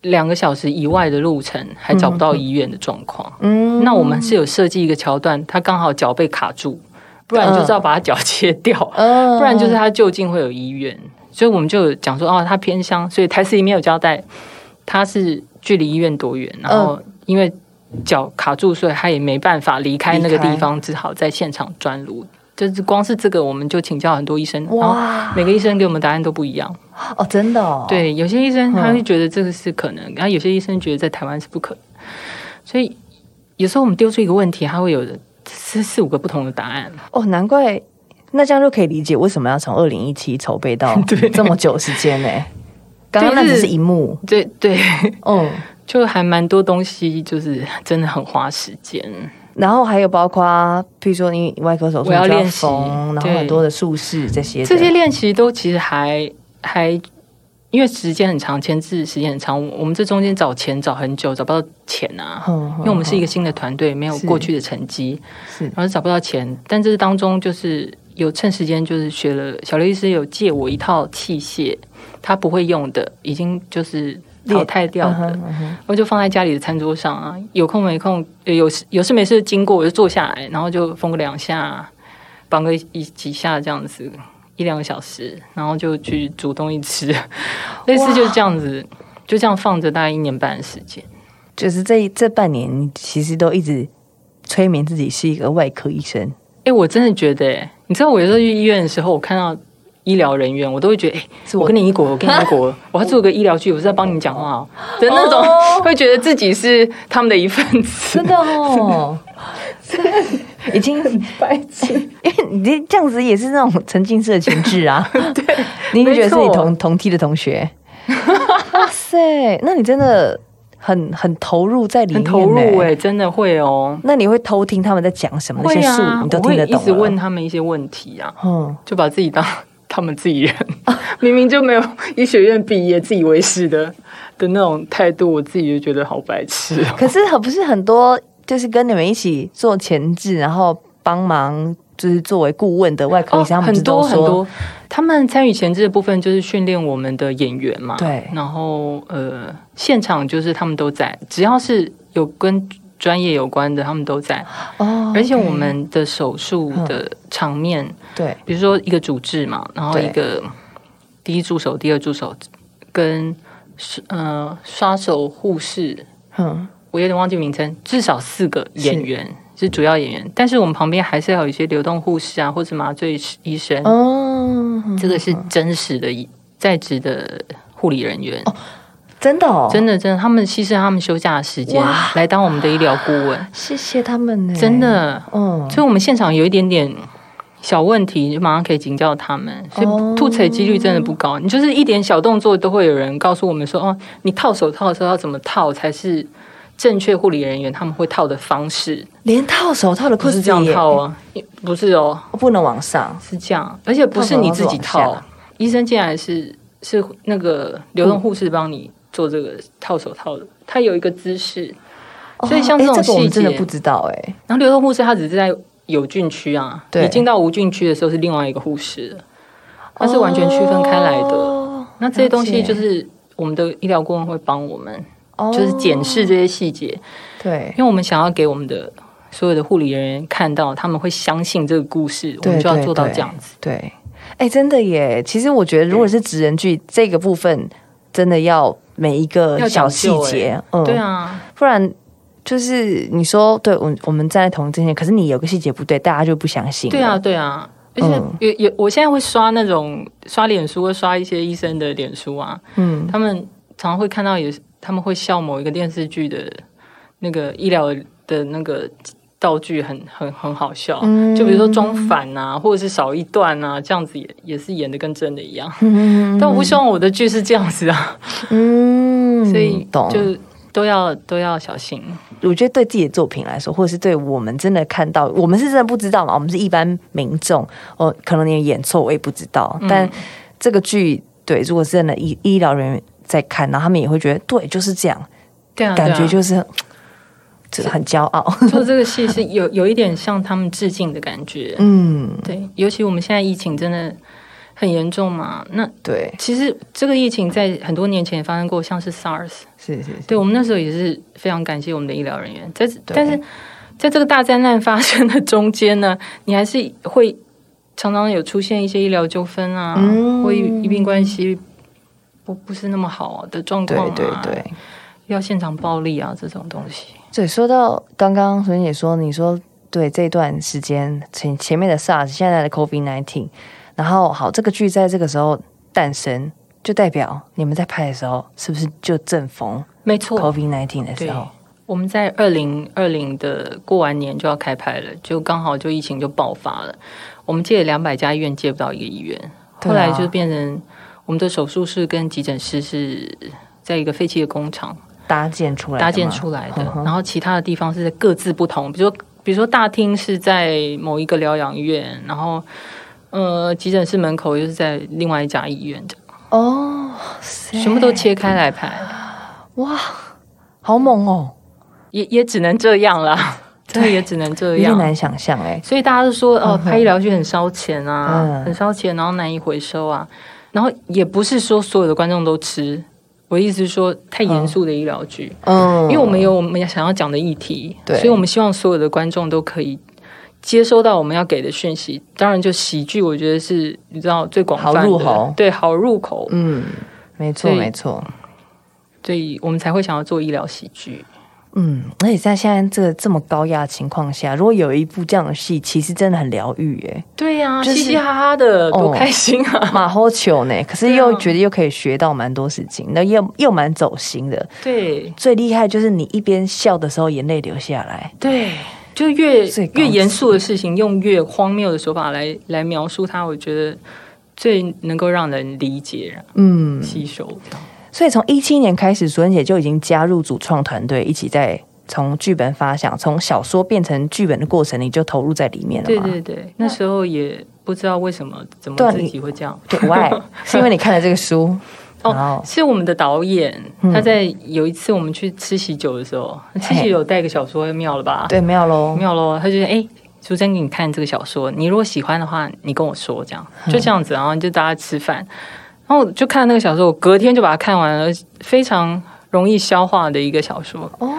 A: 两个小时以外的路程还找不到医院的状况。
B: 嗯
A: 那我们是有设计一个桥段，他刚好脚被卡住，不然你就是要把他脚切掉，
B: 嗯
A: 不然就是他就近会有医院。所以我们就有讲说，哦，他偏乡，所以台词里面有交代他是距离医院多远，然
B: 嗯
A: 后因为脚卡住，所以他也没办法离开那个地方，只好在现场钻颅。就是光是这个，我们就请教很多医生，然后
B: 哇，
A: 每个医生给我们答案都不一样。
B: 哦，真的哦，，嗯
A: 对，有些医生他会觉得这个是可能，然后有些医生觉得在台湾是不可能。所以有时候我们丢出一个问题，他会有四四五个不同的答案。
B: 哦，难怪。那这样就可以理解为什么要从二零一七筹备
A: [LAUGHS]
B: 到这么久时间呢、欸刚刚那只是一幕，
A: 对对， [LAUGHS]
B: 嗯，
A: 就还蛮多东西，就是真的很花时间。
B: 然后还有包括，譬如说你外科手术
A: 我要
B: 你就
A: 练习
B: 缝，然后
A: 对
B: 很多的术式这些的，
A: 这些练习都其实还还因为时间很长，前置时间很长，我们这中间找钱找很久，找不到钱啊。
B: 嗯，
A: 因为我们是一
B: 个
A: 个新的团队，没有
B: 是
A: 过去的成绩，
B: 是
A: 然后找不到钱。但这当中就是有趁时间，就是学了小刘医师有借我一套器械，他不会用的，已经就是淘汰掉
B: 嗯
A: 的，
B: 哼嗯哼
A: 我就放在家里的餐桌上啊，有空没空，呃有事有事没事经过我就坐下来，然后就缝个两下，绑个一几下这样子，一两个小时，然后就去煮东西吃， [LAUGHS] 类似就是这样子，就这样放着大概一年半的时间。
B: 就是这这半年，你其实都一直催眠自己是一个外科医
A: [LAUGHS]
B: 生，
A: 哎、我真的觉得、欸，你知道我有时候去医院的时候，我看到医疗人员，我都会觉得，哎、
B: 是
A: 我
B: 我
A: 跟你一国，我跟你一
B: [LAUGHS]
A: 国，我要做个医疗剧，我是在帮你讲话哦的那种，会觉得自己是他们的一份子
B: 哦真。的 [LAUGHS] 哦，
A: [LAUGHS]
B: 已经
A: 白 [LAUGHS] 痴，
B: 因为你这样子也是那种沉浸式的情志
A: [LAUGHS]
B: 啊，对， [LAUGHS] 你会觉得是你
A: 没错
B: 同同梯的同学，
A: [LAUGHS]
B: 哇塞，那你真的很很投入在里面、欸
A: 很投入哎、。真的会哦。
B: 那你会偷听他们在讲什么？那
A: 会
B: 些术
A: 啊
B: 语，你都
A: 我
B: 听
A: 会
B: 得
A: 一
B: 懂
A: 直
B: 了
A: 问他们一些问题啊，
B: 嗯，
A: 就把自己当 [LAUGHS] 他们自己
B: [LAUGHS]
A: 人，明明就没有医学院毕业，自以为是的的那种态度，我自己就觉得好白痴
B: [LAUGHS]
A: 哦。
B: 可是很不是很多，就是跟你们一起做前置，然后帮忙，就是作为顾问的外科医生，他
A: 哦很
B: 们不是都
A: 多很
B: 说
A: 多，他们参与前置的部分就是训练我们的演员嘛，
B: 对
A: 然后呃，现场就是他们都在，只要是有跟专业有关的，他们都在。
B: 哦，
A: 而且
B: OK
A: 我们的手术的场面，
B: 对
A: 比如说一个主治嘛，然后
B: 对
A: 一个第一助手、第二助手跟是呃刷手护士，
B: 嗯
A: 我有点忘记名称，至少四个演员是主要演员，但是我们旁边还是要有一些流动护士啊，或者麻醉师医
B: 嗯
A: 生，
B: 哦，
A: 这个是真实的医在职的护理人员，
B: 哦真的哦，
A: 真的真的，他们牺牲他们休假的时间
B: 哇
A: 来当我们的医疗顾问，
B: 谢谢他们呢，
A: 真，的，
B: 嗯，
A: 所以我们现场有一点点小问题，就马上可以请教他们，所
B: 哦
A: 以吐槽几率真的不高。你就是一点小动作都会有人告诉我们说，哦，你套手套的时候要怎么套才是正确护理人员他们会套的方式，
B: 连套手套的
A: 不
B: 裤
A: 是
B: 子
A: 这样
B: 也
A: 套啊，不是哦，
B: 不能往上，
A: 是这样，而且不是你自己
B: 套手套是
A: 套
B: 往，
A: 医生进来是是那个流动护士帮你做这个套手套的，他有一个姿势，所以像这
B: 哦哎这
A: 种
B: 个我们
A: 细节
B: 真的不知道哎，
A: 然后流动护士他只是在有菌区啊，
B: 对
A: 你进到无菌区的时候是另外一个护士了，它是完全区分开来的。
B: 哦
A: 那这些东
B: 了
A: 西
B: 解
A: 就是我们的医疗顾问会帮我们，
B: 哦
A: 就是检视这些细节，
B: 对
A: 因为我们想要给我们的所有的护理人员看到，他们会相信这个故事，我
B: 对
A: 们就要
B: 对
A: 做到
B: 对
A: 这样子。
B: 对，哎，真的耶。其实我觉得，如果是职人剧这个部分，真的要每一个
A: 要
B: 小
A: 讲
B: 细
A: 究
B: 节，嗯，
A: 对啊，
B: 不然就是你说对，我我们站在同一阵线，可是你有个细节不对，大家就不相信。
A: 对啊，，对啊。而且
B: 嗯
A: 有有，我现在会刷那种刷脸书，会刷一些医生的脸书啊，
B: 嗯，
A: 他们常常会看到有他们会笑某一个电视剧的那个医疗的那个道具很很很好笑，
B: 嗯
A: 就比如说装反啊，或者是少一段啊，这样子也也是演的跟真的一样。但我不希望我的剧是这样子啊，
B: 嗯，
A: 所以
B: 懂。
A: 就都要都要小心。
B: 我觉得对自己的作品来说，或者是对我们真的看到，我们是真的不知道嘛，我们是一般民众，哦，可能你演错我也不知道，
A: 嗯
B: 但这个剧对，如果是真的医医疗人员在看，然后他们也会觉得对，就是这样，
A: 对啊，
B: 感觉
A: 对啊
B: 就是。就是很骄
A: [LAUGHS]
B: 傲，
A: 做这个戏是有有一点向他们致敬的感觉。
B: [LAUGHS] 嗯，
A: 对，尤其我们现在疫情真的很严重嘛，那
B: 对，
A: 其实这个疫情在很多年前也发生过，像是 SARS。
B: 是是，
A: 对我们那时候也是非常感谢我们的医疗人员，在
B: 对
A: 但是在这个大灾难发生的中间呢， [LAUGHS] 你还是会常常有出现一些医疗纠纷啊，
B: 嗯
A: 或医病关系不不是那么好的状
B: 对
A: 况、啊，
B: 对对，
A: 要现场暴力啊这种东西。
B: 对，说到刚刚，所以也说，你说对这段时间前前面的 SARS，现在的 COVID nineteen，然后好，这个剧在这个时候诞生，就代表你们在拍的时候是不是就正逢
A: 没错，
B: COVID nineteen 的时
A: 对
B: 候？
A: 我们在二零二零的过完年就要开拍了，就刚好就疫情就爆发了。我们借两百家医院借不到一个医院，
B: 对
A: 后
B: 啊
A: 来就变成我们的手术室跟急诊室是在一个废弃的工厂
B: 搭建出来的吗，
A: 搭建出来的
B: 嗯，哼
A: 然后其他的地方是各自不同，比如说比如说大厅是在某一个疗养院，然后呃急诊室门口又是在另外一家医院，
B: 哦，塞
A: 全部都切开来拍，
B: 哇，好猛哦，
A: 也也只能这样啦，对，也只能这
B: 有点
A: 样。
B: 难想象哎，
A: 所以大家都说哦
B: 嗯，哼
A: 拍医疗剧很烧钱啊，
B: 嗯
A: 很烧钱，然后难以回收啊，然后也不是说所有的观众都吃。我的意思是说，太严肃的医疗剧，
B: 嗯
A: 因为我们有我们想要讲的议题，
B: 对
A: 所以我们希望所有的观众都可以接收到我们要给的讯息。当然，就喜剧，我觉得是你知道最广泛的
B: 好入喉
A: 对，好入口，
B: 嗯，没错
A: 所以
B: 没错，
A: 所以我们才会想要做医疗喜剧。
B: 嗯，而且在现在这个这么高压的情况下，如果有一部这样的戏，其实真的很疗愈哎，
A: 对呀、
B: 就是
A: 嘻嘻哈哈的，多
B: 哦
A: 开心啊！
B: 马后球呢，可是
A: 对啊
B: 又觉得又可以学到蛮多事情，那又又蛮走心的。
A: 对
B: 最厉害就是你一边笑的时候，眼泪流下来。
A: 对，就越
B: 最高级
A: 越严肃的事情，用越荒谬的手法来来描述它，我觉得最能够让人理解、
B: 嗯，
A: 吸收。
B: 所以从一七年开始，主任姐就已经加入主创团队，一起在从剧本发想、从小说变成剧本的过程，你就投入在里面了
A: 对
B: 嘛？
A: 对对，那时候也不知道为什么，怎
B: 对啊
A: 么自
B: 你
A: 己会这样。
B: 对，why 是因为你看了这个书，然后
A: 哦，是我们的导演，
B: 嗯
A: 他在有一次我们去吃喜酒的时候，吃喜酒带个小说，妙了吧？，
B: 对妙喽，
A: 妙咯。他就说：“哎、淑珍给你看这个小说，你如果喜欢的话，你跟我说，这样
B: 嗯
A: 就这样子，然后就大家吃饭，然后我就看那个小说，我隔天就把它看完了，非常容易消化的一个小说。
B: 哦，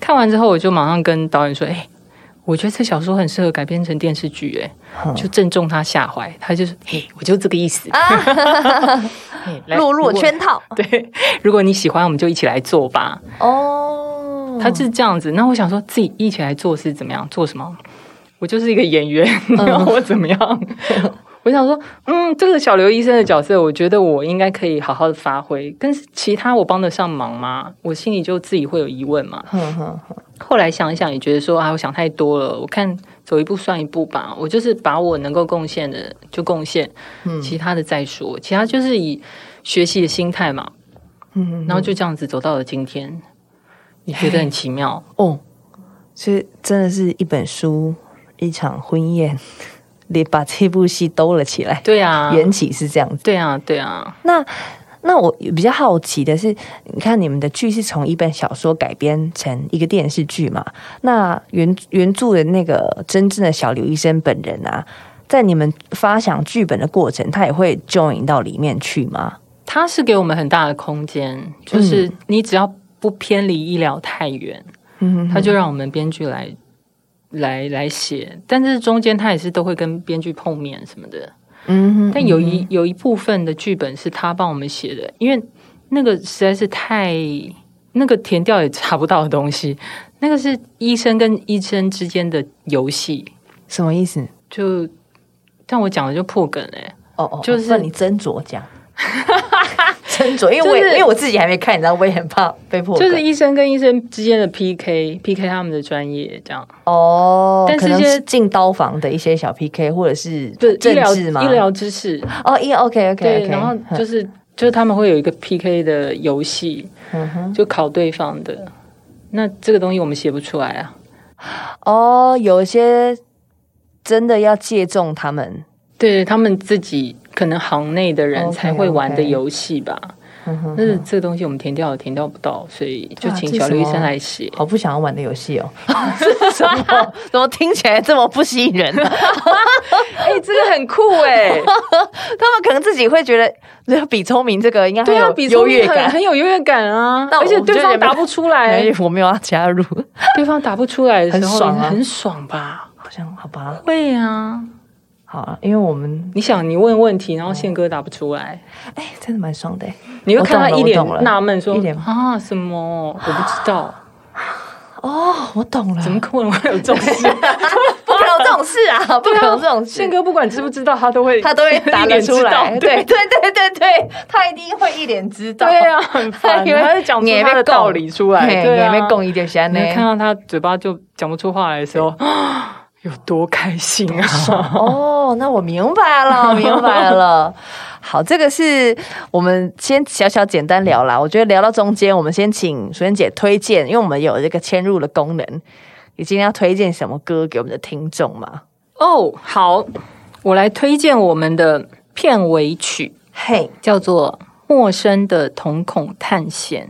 A: 看完之后，我就马上跟导演说：‘哎、我觉得这小说很适合改编成电视剧、哎。’
B: 哼
A: 就正中他下怀，他就是嘿，我就这个意思 [LAUGHS] 嘿来
B: 啊落入
A: 如果
B: 圈套
A: 对，如果你喜欢，我们就一起来做吧。
B: 哦。
A: 他是这样子，那我想说自己一起来做是怎么样？做什么？我就是一个演员， [LAUGHS] 你要我怎么样？我想说，嗯，这个小刘医生的角色，我觉得我应该可以好好的发挥，跟其他我帮得上忙吗？我心里就自己会有疑问嘛。
B: 哼哼哼
A: 后来想一想，也觉得说啊，我想太多了。我看走一步算一步吧，我就是把我能够贡献的就贡献，
B: 嗯
A: 其他的再说。其他就是以学习的心态嘛，
B: 嗯，
A: 然后就这样子走到了今天，也觉得很奇妙。
B: 哦，所以真的是一本书，一场婚宴，你把这部戏兜了起来。
A: 对啊，
B: 缘起是这样子。
A: 对啊，对啊，
B: 那那我比较好奇的是，你看你们的剧是从一本小说改编成一个电视剧嘛？那原原著的那个真正的小刘医生本人啊，在你们发想剧本的过程，他也会 join 到里面去吗？
A: 它是给我们很大的空间，就是你只要不偏离医疗太远，
B: 嗯，
A: 他就让我们编剧来来来写，但是中间他也是都会跟编剧碰面什么的。
B: 嗯
A: 但有一有一部分的剧本是他帮我们写的，因为那个实在是太那个填调也查不到的东西， [LAUGHS] 那个是医生跟医生之间的游戏，
B: 什么意思？
A: 就但我讲的就破梗哎、
B: 哦哦，
A: 就是
B: 让你斟酌讲。 [LAUGHS] 斟酌，因为我也、
A: 就是
B: 因为我自己还没看，你知道，我也很怕被破梗。
A: 就是医生跟医生之间的 PK，PK 他们的专业这样，
B: 哦，
A: 但
B: 可
A: 是
B: 能
A: 一些
B: 是进刀房的一些小 PK，或者是
A: 对医
B: 政
A: 疗
B: 治吗？
A: 医疗知识，
B: 哦，一 OK OK
A: 对，
B: OK，
A: 然后就是就是他们会有一个 PK 的游戏，
B: 嗯哼，
A: 就考对方的，那这个东西我们写不出来啊。
B: 哦，有一些真的要借重他们，
A: 对他们自己可能行内的人
B: OK，
A: 才会玩的游戏吧。
B: 嗯哼，
A: 但是这个东西我们填掉了，填掉不到，所以就请小刘医生来写。
B: 好不想要玩的游戏 [LAUGHS] 哦，什么怎么听起来这么不吸引 [LAUGHS] 人、啊？
A: 哎、这个很酷哎、
B: 他们可能自己会觉得比聪明这个应该很
A: [LAUGHS]
B: [LAUGHS]
A: 对啊，
B: 有
A: 比
B: 优
A: 聪
B: 越
A: 明很
B: 感。
A: 很有优越感啊，
B: 那我
A: 而且对方答不出来
B: 哎，，我没有要加入，
A: 对方答不出来的时候，
B: 很爽啊
A: 你很爽吧？
B: 好像好吧，
A: 会啊，
B: 好啊，因为我们
A: 你想你问问题，然后宪哥答不出来，
B: 哎、真的蛮爽的、
A: 你会看
B: 我
A: 他
B: 懂了
A: 一
B: 我
A: 脸
B: 懂了
A: 纳闷说
B: 一脸 [SIGHS]
A: 啊什么我不知道，
B: 哦，我懂了，
A: 怎么可能会有这
B: [LAUGHS]
A: 种事？
B: 不可能有这种事啊？不可能有这种事
A: 宪。哥不管知不知道，他都会
B: 他都会答得
A: [LAUGHS]
B: 出
A: 一
B: 来，
A: 脸知道对
B: 对对对对对，他一定会一脸知道。
A: 对啊，很烦，
B: 因为
A: 他就讲出他的道理出来，
B: 嘿
A: 对啊，
B: 你也被供一点下
A: 你
B: 呢
A: 会。看到他嘴巴就讲不出话来的时候，啊 [GASPS] 有多开心啊！
B: 哦，那我明白了，明白了。好，这个是我们先小小简单聊啦。我觉得聊到中间，我们先请淑妍姐推荐，因为我们有这个嵌入的功能。你今天要推荐什么歌给我们的听众吗？
A: [LAUGHS] 哦，好，我来推荐我们的片尾曲，
B: 嘿，
A: 叫做《陌生的瞳孔探险》。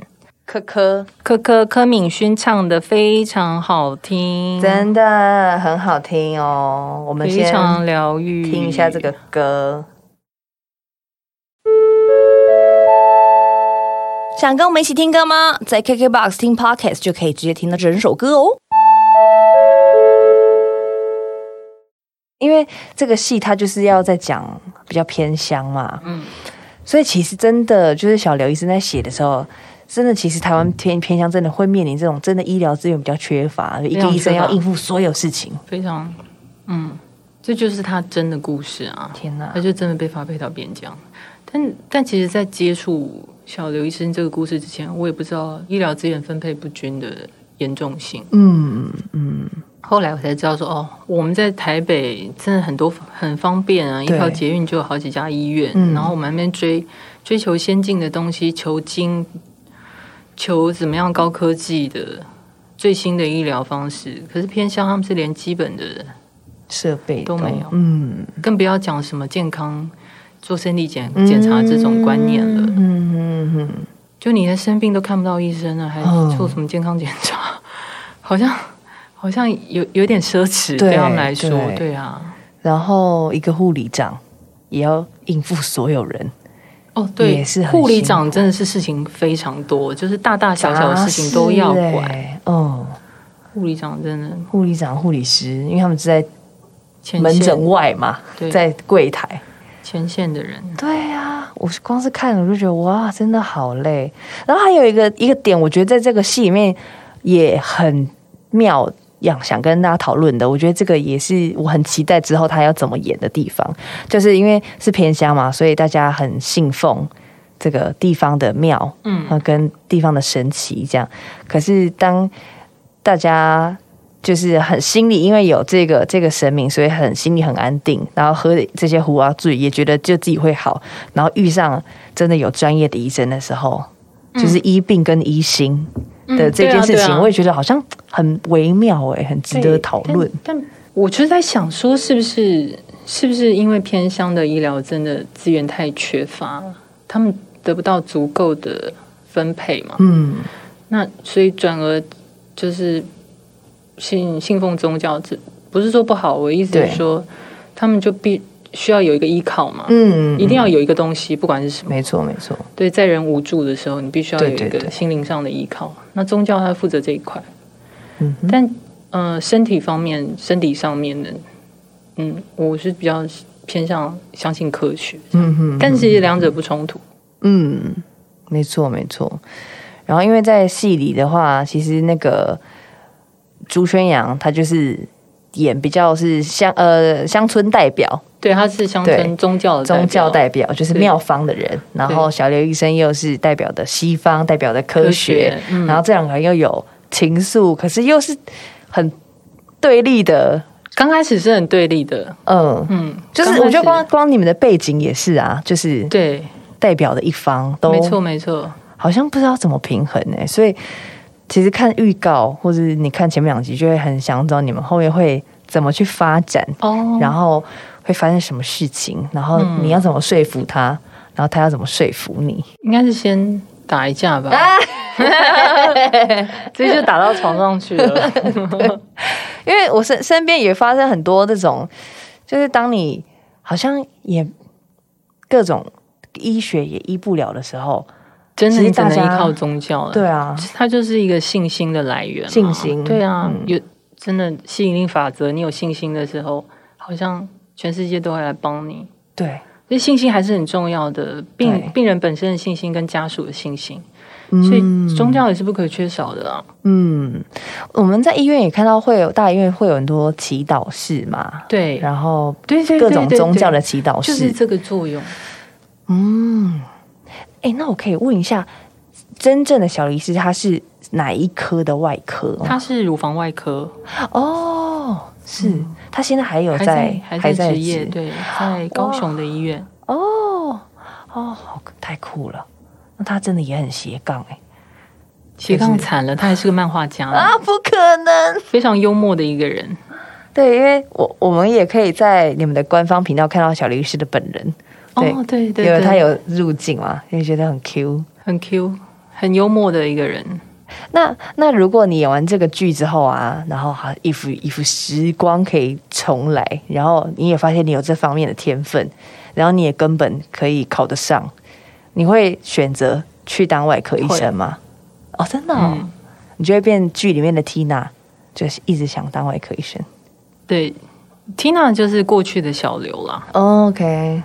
B: 科科，
A: 柯柯柯敏勋唱的非常好听，
B: 真的很好听哦。我们
A: 非
B: 先
A: 常疗愈。
B: 听一下这个歌。想跟我们一起听歌吗？在 KKBOX 听 Podcast 就可以直接听到整首歌哦。因为这个戏它就是要在讲比较偏乡嘛，嗯，所以其实真的就是小刘医生在写的时候，真的其实台湾偏偏乡真的会面临这种真的医疗资源比较缺乏，一个医生要应付所有事情。
A: 非常，嗯，这就是他真的故事啊。
B: 天哪
A: 他，就真的被发配到边疆。但但其实，在接触小刘医生这个故事之前，我也不知道医疗资源分配不均的严重性。
B: 嗯嗯。
A: 后来我才知道说，哦，我们在台北真的很多很方便啊，一
B: 对
A: 条捷运就有好几家医院。
B: 嗯
A: 然后我们那边追追求先进的东西，求精，求怎么样高科技的最新的医疗方式。可是偏向他们是连基本的
B: 设备
A: 都没有
B: 嗯，
A: 更不要讲什么健康做身体检检查这种观念了。
B: 嗯嗯嗯，
A: 就你连生病都看不到医生啊了，还
B: 嗯
A: 做什么健康检查？ [LAUGHS] 好像好像有有点奢侈，
B: 对
A: 对他们来说，
B: 对
A: 对啊。
B: 然后一个护理长也要应付所有人，
A: 哦，对
B: 也是，很
A: 护理
B: 辛
A: 长
B: 苦
A: 真的是事情非常多，就是大大小小的事情都要
B: 杂事
A: 管。
B: 欸哦，
A: 护理长真的
B: 护理长、护理师，因为他们是在
A: 前
B: 门
A: 线
B: 诊外嘛，
A: 对
B: 在柜台。
A: 前线的人，
B: 对啊，我是光是看我就觉得哇，真的好累。然后还有一个一个点，我觉得在这个戏里面也很妙，样想跟大家讨论的。我觉得这个也是我很期待之后他要怎么演的地方，就是因为是偏乡嘛，所以大家很信奉这个地方的庙，
A: 嗯
B: 呃，跟地方的神奇这样。可是当大家就是很心里，因为有这个这个神明，所以很心里很安定。然后喝这些胡啊醉，也觉得就自己会好。然后遇上真的有专业的医生的时候，
A: 嗯
B: 就是医病跟医心的
A: 啊
B: 这件事情，我也觉得好像很微妙哎、很值得讨论。
A: 但我就是在想说，是不是是不是因为偏乡的医疗真的资源太缺乏，他们得不到足够的分配嘛？
B: 嗯，
A: 那所以转而就是信信奉宗教，这不是说不好，我意思
B: 对
A: 是说，他们就必需要有一个依靠嘛，
B: 嗯，
A: 一定要有一个东西，不管是什么，
B: 没错没错，
A: 对，在人无助的时候，你必须要有
B: 对
A: 一
B: 对对
A: 个心灵上的依靠。那宗教它负责这一块，
B: 嗯哼
A: 但呃，身体方面，身体上面的，嗯，我是比较偏向相信科学，
B: 嗯哼，
A: 但其实两者不冲突。
B: 嗯，没错没错。然后因为在戏里的话，其实那个朱宣阳他就是演比较是乡呃乡村代表，
A: 对，它是乡
B: 对
A: 村宗教的代表
B: 宗教代表就是
A: 对
B: 妙方的人，然后小刘医生又是代表的西方，代表的科
A: 科
B: 学，
A: 学，嗯
B: 然后这两个人又有情愫，可是又是很对立的。
A: 刚开始是很对立的，
B: 嗯，
A: 嗯，
B: 就是
A: 刚
B: 我觉得
A: 开始
B: 光光你们的背景也是啊，就是
A: 对，
B: 代表的一方都
A: 没错没错，
B: 好像不知道怎么平衡哎、所以其实看预告或者你看前面两集，就会很想找你们后面会怎么去发展，
A: 哦，
B: 然后会发生什么事情，然后你要怎么说服他，然后他要怎么说服你。
A: 应该是先打一架吧，
B: 啊
A: [LAUGHS] 直接就打到床上去了，
B: 因为我身身边也发生很多这种，就是当你好像也各种医学也医不了的时候，
A: 真的
B: 其实
A: 你只
B: 大
A: 能
B: 家
A: 依靠宗教了，
B: 对啊，
A: 它就是一个信心的来源嘛，
B: 信心
A: 对啊，
B: 嗯
A: 有真的吸引力法则，你有信心的时候，好像全世界都会来帮你。
B: 对，
A: 所以信心还是很重要的，病
B: 对
A: 病人本身的信心跟家属的信心，所以宗教也是不可缺少的啊。
B: 嗯，我们在医院也看到会有大医院会有很多祈祷室嘛，
A: 对，
B: 然后
A: 对对对
B: 各种
A: 对
B: 宗教
A: 对
B: 的哦祈祷室。
A: 就是这个作用。
B: 哎、那我可以问一下，真正的小医师他是哪一科的外科吗？
A: 他是乳房外科，
B: 哦，是、他哦现在还有
A: 嗯还
B: 在
A: 还在职业，
B: 职
A: 对，在高雄的医院。
B: 哦哦，好太酷了。那他真的也很斜杠哎、
A: 斜杠惨了，他还是个漫画家，
B: 啊，不可能！
A: 非常幽默的一个人。
B: 对，因为我我们也可以在你们的官方频道看到小律师的本人，对
A: 哦，对对
B: 因为
A: 对，
B: 他有入境嘛，也觉得很 Q。
A: 很 Q，很幽默的一个人。
B: 那那如果你演完这个剧之后啊，然后好一幅一幅时光可以重来，然后你也发现你有这方面的天分，然后你也根本可以考得上，你会选择去当外科医生吗？哦，真的、哦，
A: 嗯
B: 你就会变剧里面的 Tina，就是一直想当外科医生。
A: 对，Tina 就是过去的小刘啦。
B: OK，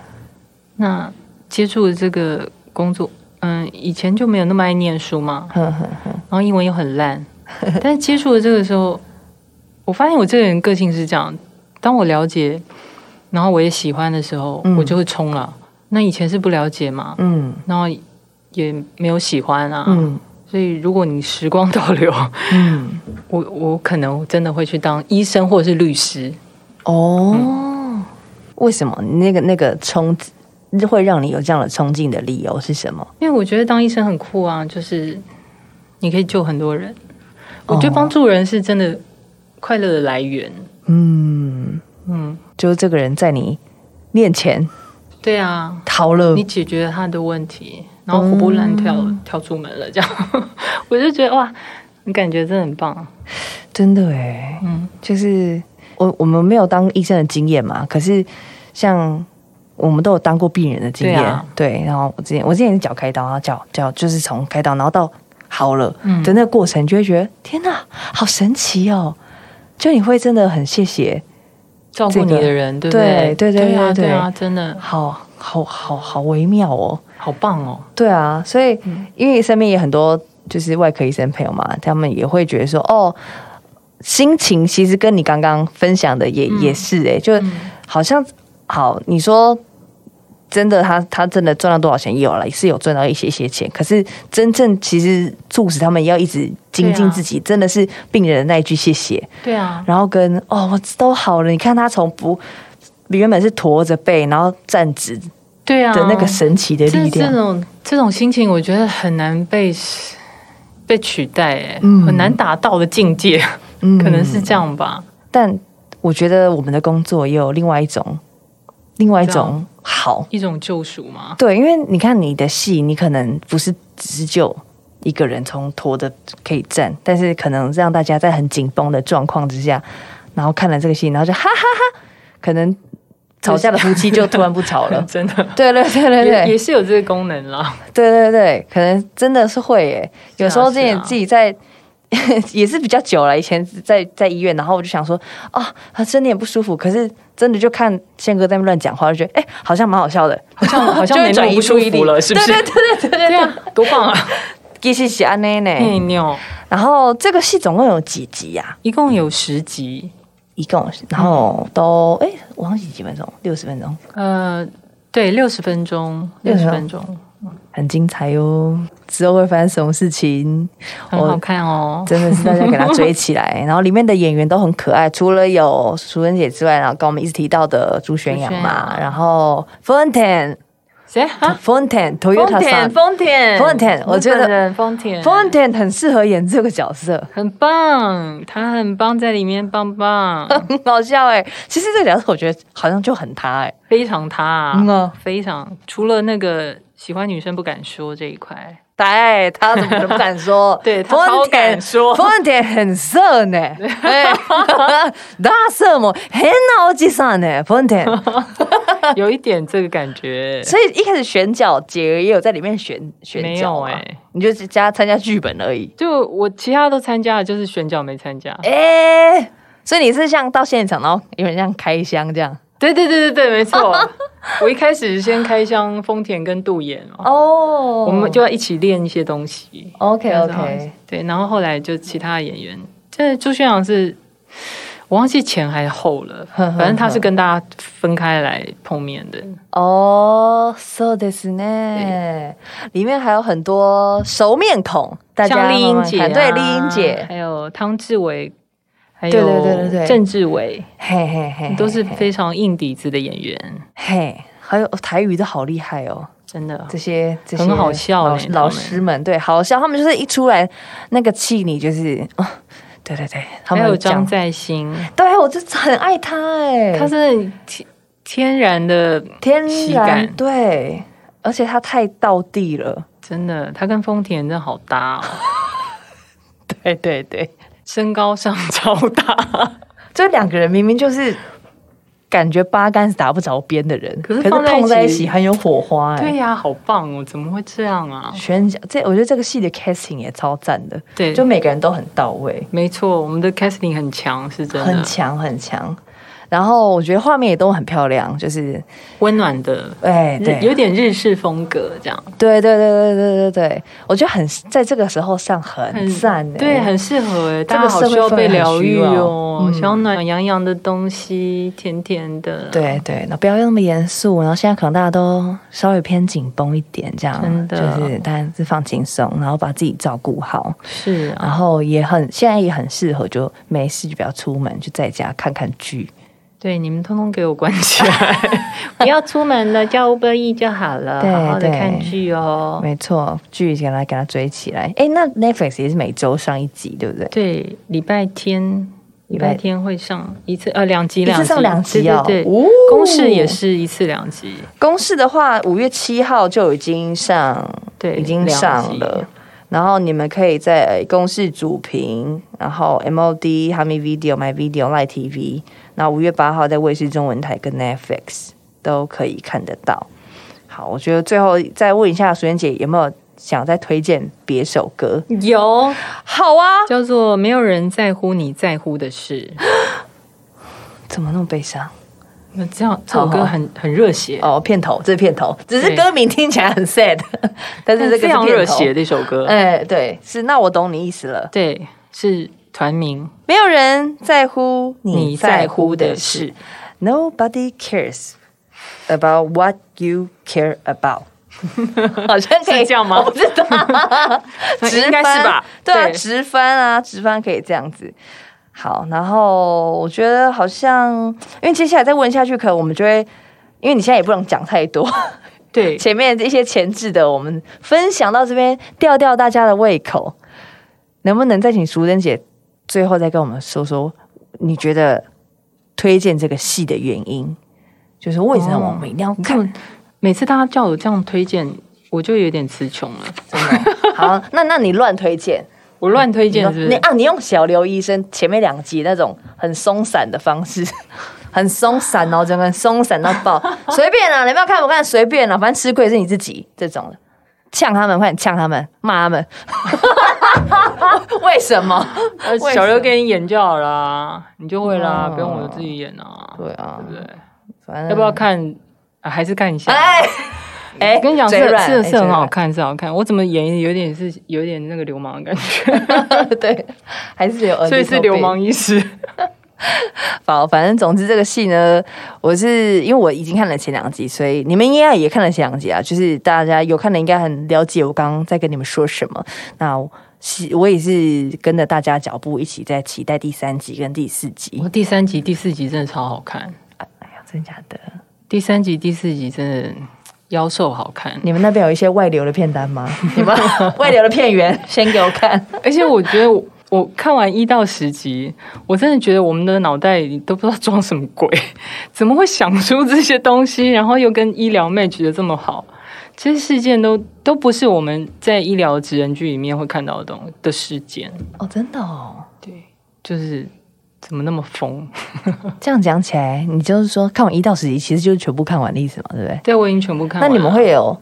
A: 那接触这个工作，嗯，以前就没有那么爱念书嘛，
B: 哼哼
A: 然后英文又很
B: [LAUGHS]
A: 烂，但是接触了这个时候，我发现我这个人个性是这样，当我了解，然后我也喜欢的时候，
B: 嗯
A: 我就会冲了。那以前是不了解嘛，
B: 嗯
A: 然后也没有喜欢啊，
B: 嗯
A: 所以如果你时光倒流，
B: 嗯，
A: 我我可能真的会去当医生或者是律师。
B: 哦，为什么你那个那个冲会让你有这样的冲劲的理由是什么？
A: 因为我觉得当医生很酷啊，就是你可以救很多人。我觉得
B: 哦
A: 帮助人是真的快乐的来源。
B: 嗯。
A: 嗯，
B: 就是这个人在你面前
A: 对啊，
B: 逃了
A: 你，解决了他的问题，然后活蹦乱跳、
B: 嗯
A: 跳出门了，这样 [LAUGHS] 我就觉得哇，你感觉真的很棒。
B: 真的哎，
A: 嗯，
B: 就是我我们没有当医生的经验嘛，可是像我们都有当过病人的经验，
A: 对啊
B: 对然后我之前我之前是脚开刀，然后脚脚就是从开刀然后到好了
A: 嗯
B: 的那个过程，就会觉得天哪，好神奇哦！就你会真的很谢谢，
A: 照顾你
B: 这
A: 的
B: 个
A: 人，对不
B: 对
A: 对
B: 对对
A: 啊，
B: 对
A: 对啊，真的
B: 好好好好微妙哦。
A: 好棒哦。
B: 对啊，所以
A: 嗯
B: 因为身边也很多就是外科医生朋友嘛，他们也会觉得说，哦，心情其实跟你刚刚分享的也、
A: 嗯
B: 也是哎、就好像好，你说真的他，他真的赚到多少钱也有了，也是有赚到一些些钱，可是真正其实促使他们要一直精
A: 对啊
B: 进自己，真的是病人的那一句谢谢，
A: 对啊，
B: 然后跟哦我都好了，你看他从不原本是驼着背，然后站直的
A: 对啊，
B: 那个神奇的
A: 这
B: 力
A: 这
B: 量，
A: 种这种心情，我觉得很难被被取代、哎、
B: 嗯
A: 很难达到的境界，
B: 嗯
A: 可能是这样吧。
B: 但我觉得我们的工作也有另外一种，另外一种好。
A: 一种救赎嘛，。
B: 对，因为你看你的戏，你可能不是只是就一个人从拖着可以站，但是可能让大家在很紧绷的状况之下，然后看了这个戏，然后就哈哈哈可能吵架的夫妻就突然不吵了
A: [LAUGHS] 真的。
B: 对对对对
A: 也也
B: 对
A: 是有这个功能
B: [LAUGHS]
A: 啦，
B: 对对对，可能真的是会耶。有时候
A: 是
B: 自
A: 啊
B: 己、
A: 是啊
B: 自己在 [LAUGHS] 也是比较久了，以前在在医院，然后我就想说啊，他真的也不舒服，可是真的就看宪哥在那边乱讲话，就觉得哎、好像蛮好笑的，
A: 好像好像
B: 就
A: 没
B: 会
A: 那
B: 转
A: 么
B: 移
A: 不舒
B: 注意力
A: 服了，是不是？
B: 对对对对对
A: 对
B: 对，哎
A: 啊，多棒啊！
B: 其实是安内啊呢。
A: 内尿
B: 然后这个戏总共有几集呀、
A: 一共有十集，
B: 一共是，然后都哎、我忘记几分钟，六十分钟，
A: 呃，对，六十分钟，六
B: 对啊
A: 十分钟，
B: 很精彩哟。之后会发生什么事情？
A: 很好看哦。
B: [LAUGHS] 真的是大家给他追起来。然后里面的演员都很可爱，除了有淑珍姐之外，然后刚我们一直提到的朱宣阳
A: 朱
B: 嘛
A: 宣，
B: 然后 Fontaine、
A: 谁啊？
B: Fontaine、Toyota
C: 田，
B: san、
C: 丰田，
B: Fontaine，我觉
A: 日本
B: 得
A: 人丰田，
B: Fontaine 很适合演这个角色， [LAUGHS]
A: 很棒，他很棒，在里面棒棒，
B: [LAUGHS] 很搞笑哎、其实这个角色我觉得好像就很他哎、
A: 非常他啊、
B: 嗯啊
A: 非常除了那个喜欢女生不敢说这一
B: [LAUGHS]
A: 块，，
B: 对，他怎么都不敢说
A: [LAUGHS] 对他超敢说
B: 丰田很色
A: [LAUGHS]
B: 呢，[LAUGHS] 哎大色魔很老几上呢，丰田。
A: 有一点这个感觉。
B: 所以一开始选角，姐儿也有在里面选选
A: 没
B: 角
A: 有
B: 哎、
A: 欸
B: 你就只加参加剧本而已。
A: 就我其他都参加了，就是选角没参加。
B: 哎哎、所以你是像到现场，然后有人像开箱这样，
A: 对对对对对，没
B: [LAUGHS]
A: 错。我一开始先开箱丰田跟杜岩嘛，
B: 哦，
A: 我们就要一起练一些东西。
B: OK
A: 这样子
B: OK，
A: 对，然后后来就其他的演员，这朱轩阳是我忘记前还后了，
B: 呵呵
A: 反正他是跟大家分开来碰面的。
B: 哦，そうですね。里面还有很多熟面孔，大家
A: 像丽
B: 慢
A: 英
B: 慢
A: 姐、
B: 看
A: 啊，
B: 对丽英姐，
A: 还有汤志伟，还
B: 对对对对
A: 有
B: 对
A: 郑志伟，
B: 嘿嘿嘿嘿，
A: 都是
B: 嘿
A: 非常硬底子的演员，
B: 嘿，还有哦台语都好厉害哦。
A: 真的
B: 这些这些
A: 很好笑
B: 老
A: 欸
B: 老
A: 他们
B: 师们对好笑，他们就是一出来那个气你就是哦，对对对，他
A: 还
B: 们
A: 有
B: 讲
A: 张，在兴，
B: 对我就很爱他哎、
A: 他是天天然的，
B: 天
A: 喜
B: 然
A: 感
B: 对，而且他太道地了，
A: 真的，他跟丰田真的好搭、哦，
B: 对对对，
A: 身高上超
B: [LAUGHS]
A: 大，
B: 这两个人明明就是感觉八竿子打不着边的人，
A: 可是放在一
B: 碰在一
A: 起
B: 起很有火花
A: [LAUGHS]
B: 哎、
A: 对呀、好棒哦，怎么会这样啊？
B: 选角这我觉得这个戏的 casting 也超赞的，
A: 对，
B: 就
A: 就
B: 每个人都很到位。
A: 没错，我们的 casting 很强，是真
B: 很
A: 的，
B: 强很强。然后我觉得画面也都很漂亮，就是
A: 温暖的，
B: 哎，对，
A: 有点日式风格这样，
B: 对对对对对对对，我觉得很在这个时候上很
A: 很
B: 赞哎、
A: 对，很适合哎、
B: 这
A: 大
B: 个
A: 家好
B: 社会
A: 需要被
B: 氛围很
A: 疗
B: 需
A: 愈
B: 要
A: 哦，
B: 嗯
A: 需要暖洋洋的东西，甜甜的，，
B: 对对，那不要那么严肃，然后现在可能大家都稍微偏紧绷一点，这样
A: 真的
B: 就是大家是放轻松，然后把自己照顾好，
A: 是啊，
B: 然后也很现在也很适合，就没事就不要出门，就在家看看剧。
A: 对，你们通通给我关起
B: [LAUGHS]
A: 来， [LAUGHS] 不要出门了，叫 Uber E 就好了，
B: 对
A: 好好的
B: 对
A: 看剧哦。
B: 没错，剧给它给它追起来。哎，那 Netflix 也是每周上一集，对不对？
A: 对，礼拜天。礼
B: 礼拜
A: 拜天会上一次，呃，两集，
B: 一次
A: 两集，
B: 上两集哦
A: 对对对
B: 哦，
A: 公式也是一次两集，
B: 公式的话，五月七号就已经上，
A: 对，
B: 已经
A: 两
B: 上
A: 集
B: 了。。然后你们可以在公式主屏，然后 MOD、哈密 Video、My Video、Live TV，然后五月八号在卫视中文台跟 Netflix 都可以看得到。好，我觉得最后再问一下苏妍姐有没有想再推荐别首歌？
A: 有
B: 好啊，
A: 叫做“没有人在乎你在乎的
B: [LAUGHS]
A: 事
B: 怎么那么悲伤？”，
A: 那这样这首
B: 好
A: 歌
B: 好
A: 很很热血，
B: 哦，片头，这是片头，只是
A: 对
B: 歌名听起来很 sad，但 [LAUGHS] 是
A: 非
B: 这个是
A: 常热
B: 片头
A: 血。的一首歌。
B: 哎，对，是，那我懂你意思了。
A: 呃对，是团名。
B: 没有人在乎你
A: 你
B: 在
A: 在
B: 乎
A: 乎
B: 的
A: 的
B: 事
A: 事
B: ，Nobody cares about what you care
A: [LAUGHS]
B: about 。好像可以
A: 是这样吗
B: [LAUGHS] 我不知道，
A: [LAUGHS]
B: 直
A: 应该是吧
B: 翻对啊，
A: 对
B: 直翻啊，直翻可以这样子。好，然后我觉得好像，因为接下来再问下去，可能我们就会，因为你现在也不能讲太多，
A: 对，
B: 前面一些前置的，我们分享到这边，吊吊大家的胃口。能不能再请淑珍姐最后再跟我们说说，你觉得推荐这个戏的原因，就是为什么我们一定要
A: [LAUGHS]
B: 看？
A: 就每次大家叫我这样推荐，我就有点词穷了。 [LAUGHS]
B: 好，那那你乱推荐，
A: 我乱推
B: 你
A: 荐是不
B: 你
A: 是？
B: 啊，你用小刘医生前面两集那种很松散的方式。 [LAUGHS] 很松散哦，整个人松散到 [LAUGHS] 爆，随便啊，你们要看不看随便啊，反正吃亏是你自己这种的，呛他们，快点呛他们，骂他们， [LAUGHS] 为什么？
A: 呃
B: 为
A: 小
B: 什
A: 刘
B: 么
A: 给你演就好啦，你就会啦，
B: 哦
A: 不用我自己演啊，
B: 对啊
A: 对不对？
B: 反正
A: 要不要？看？啊还是看一下。
B: 哎哎，
A: 我跟你讲，是
B: 嘴软
A: 是
B: 哎
A: 是很好
B: 嘴
A: 看，是好看。我怎么演有点是有点那个流氓的感觉，
B: 软 [LAUGHS] 对，还是有，
A: 所以是流。氓医师。
B: 好，反正总之这个戏呢，我是因为我已经看了前两集，所以你们应该也看了前两集啊。就是大家有看的应该很了解我刚刚在跟你们说什么。那我是我也是跟着大家脚步一起在期待第三集跟第四集
A: 我。第三集、第四集真的超好看，
B: 哎呀，真假的？
A: 第三集、第四集真的妖兽好看。
B: 你们那边有一些外流的片单 [LAUGHS] 吗？你们外流的片源 [LAUGHS] 先给我看。
A: 而且我觉得我。我看完一到十集，我真的觉得我们的脑袋里都不知道装什么鬼，怎么会想出这些东西，然后又跟医疗 match 的这么好？这些事件都都不是我们在医疗职人剧里面会看到的东的事件，
B: 哦，真的哦。
A: 对，就是怎么那么疯？
B: 这样讲起来，你就是说看完一到十集，其实就是全部看完的意思嘛，对不对？
A: 对，我已经全部看
B: 那
A: 完了。
B: 你们会有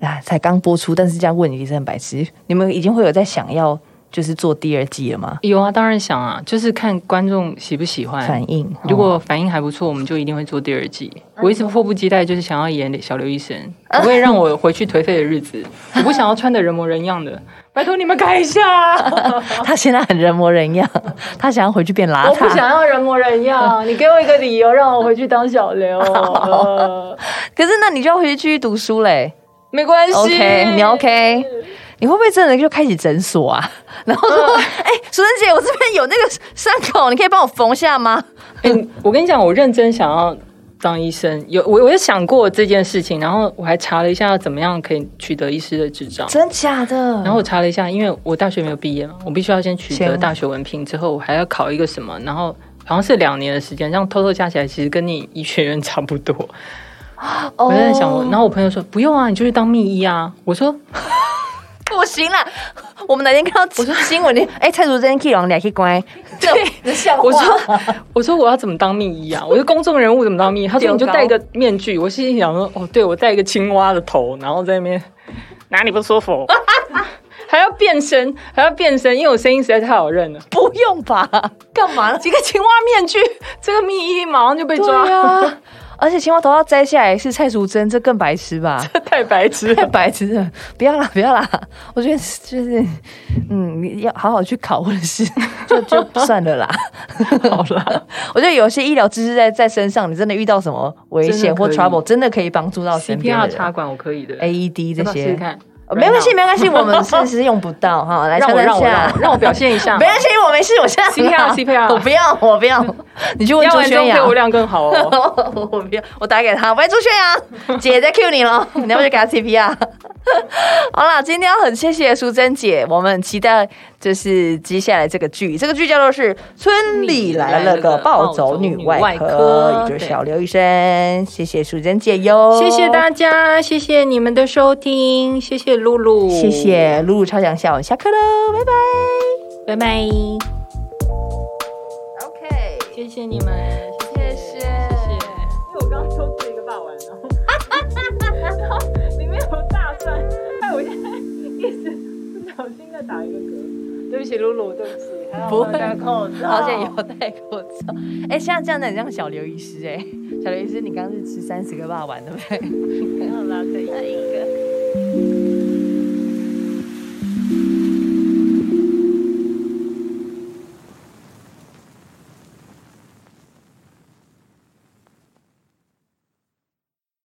B: 啊？才刚播出，但是这样问你是很白痴。你们已经会有在想要就是做第二季了吗？
A: 有啊，当然想啊，就是看观众喜不喜欢。
B: 反应
A: 哎
B: 哦
A: 如果反应还不错，我们就一定会做第二季。我一直迫不及待，就是想要演小刘医生，不会让我回去颓废的日 [LAUGHS] 子。我不想要穿的人模人样的，拜托你们改一下，
B: 哦他现在很人模人样，他想要回去变
A: [LAUGHS]
B: 邋
A: 我不
B: 遢。
A: 想要人模人 [LAUGHS] 样，你给我一个理由让我回去当小刘。呃
B: 可是那你就要回去继续读书嘞。
A: 没关系
B: OK，你 OK？你会不会真的就开启诊所啊？ [LAUGHS] 然后
A: 嗯
B: 说，哎、淑珍姐，我这边有那个伤口，你可以帮我缝下吗？
A: 欸我跟你讲，我认真想要当医生，有我我有想过这件事情，然后我还查了一下怎么样可以取得医师的执照。
B: 真假的？
A: 然后我查了一下，因为我大学没有毕业嘛，我必须要先取得
B: 先
A: 大学文凭，之后我还要考一个什么，然后好像是两年的时间，这样偷偷加起来，其实跟你医学院差不多。
B: 我哦
A: 我在想我，然后我朋友说不用啊，你就去当秘医啊。我说
B: 不行啦，我们哪天看到新闻，你哎，蔡淑珍 K 王，你还可以乖，对，笑
A: 我说 [LAUGHS] 我说我要怎么当秘医啊？我是公众人物怎么当秘医？他说
B: 丢
A: 你就
B: 高
A: 戴一个面具。我心里想说，哦，对，我戴一个青蛙的头，然后在那边哪里不舒服，还要变身，还要变身，因为我声音实在太好认了。
B: 不用吧，干嘛呢？
A: 几个青蛙面具，这个秘医马上就被抓，
B: 对啊，而且青蛙头要摘下来是蔡淑珍，这更白痴
A: [LAUGHS]
B: 吧？
A: 太白痴
B: 太 [LAUGHS]
A: 了。 [LAUGHS]
B: 白痴了，不要啦，不要啦！我觉得就是，嗯，你要好好去考，或
A: [LAUGHS]
B: 者是就就算了啦，好啦。 [LAUGHS] 我觉得有些医疗知识在在身上，你真的遇到什么危险
A: 真的
B: 或
A: 可以
B: trouble，真的可以帮助到身边
A: CPR
B: 的
A: 插
B: 人。
A: 管我可以的，要
B: AED 这
A: 不要试试
B: 些，
A: 看。
B: 哦没关系，
A: Right
B: 没关系，我们是是用不到
A: [LAUGHS]
B: 哈。来，
A: now，让我让
B: 稍等一
A: 我让
B: 下
A: 我，让我表现一 [LAUGHS] 下
B: 没。关系，我没事，我现在
A: CPR
B: 很好
A: CPR
B: [LAUGHS] 我不要，
A: [LAUGHS]
B: 我不要，你去问
A: 要
B: 朱
A: 完之后
B: 轩
A: 肺
B: 雅
A: 活。量更 [LAUGHS] 好哦。
B: [LAUGHS] 我不要，我打给他，喂，朱轩
A: [LAUGHS]
B: 阳，姐在 Q 你了，你要不要给他 CPR？好啦，今天很谢谢淑珍姐，我们很期待就是接下来这个剧，这个剧叫做是《村里来了个暴走女外科
A: 暴走女外》，科
B: 也就是小刘医生，谢谢淑珍姐哟，
A: 谢谢大家，谢谢你们的收听，谢谢露露，
B: 谢，谢露露超强笑，我们下课喽，拜拜。
A: 拜拜，
B: OK，
A: 谢谢你们，
B: 谢
A: 谢
B: 谢
A: 谢。因为我刚刚偷吃一个霸王，然 [LAUGHS] 后然后里面有大蒜，害我现在一直不小心再打一个嗝。对不起，露露，对不起，还好
B: 不
A: 我
B: 会
A: 戴口罩，
B: 好像有戴口罩，哎、现在这样子很像小刘医师哎、小刘医师，你刚刚是吃三十个霸王丸对不对？
A: 没有啦，可以。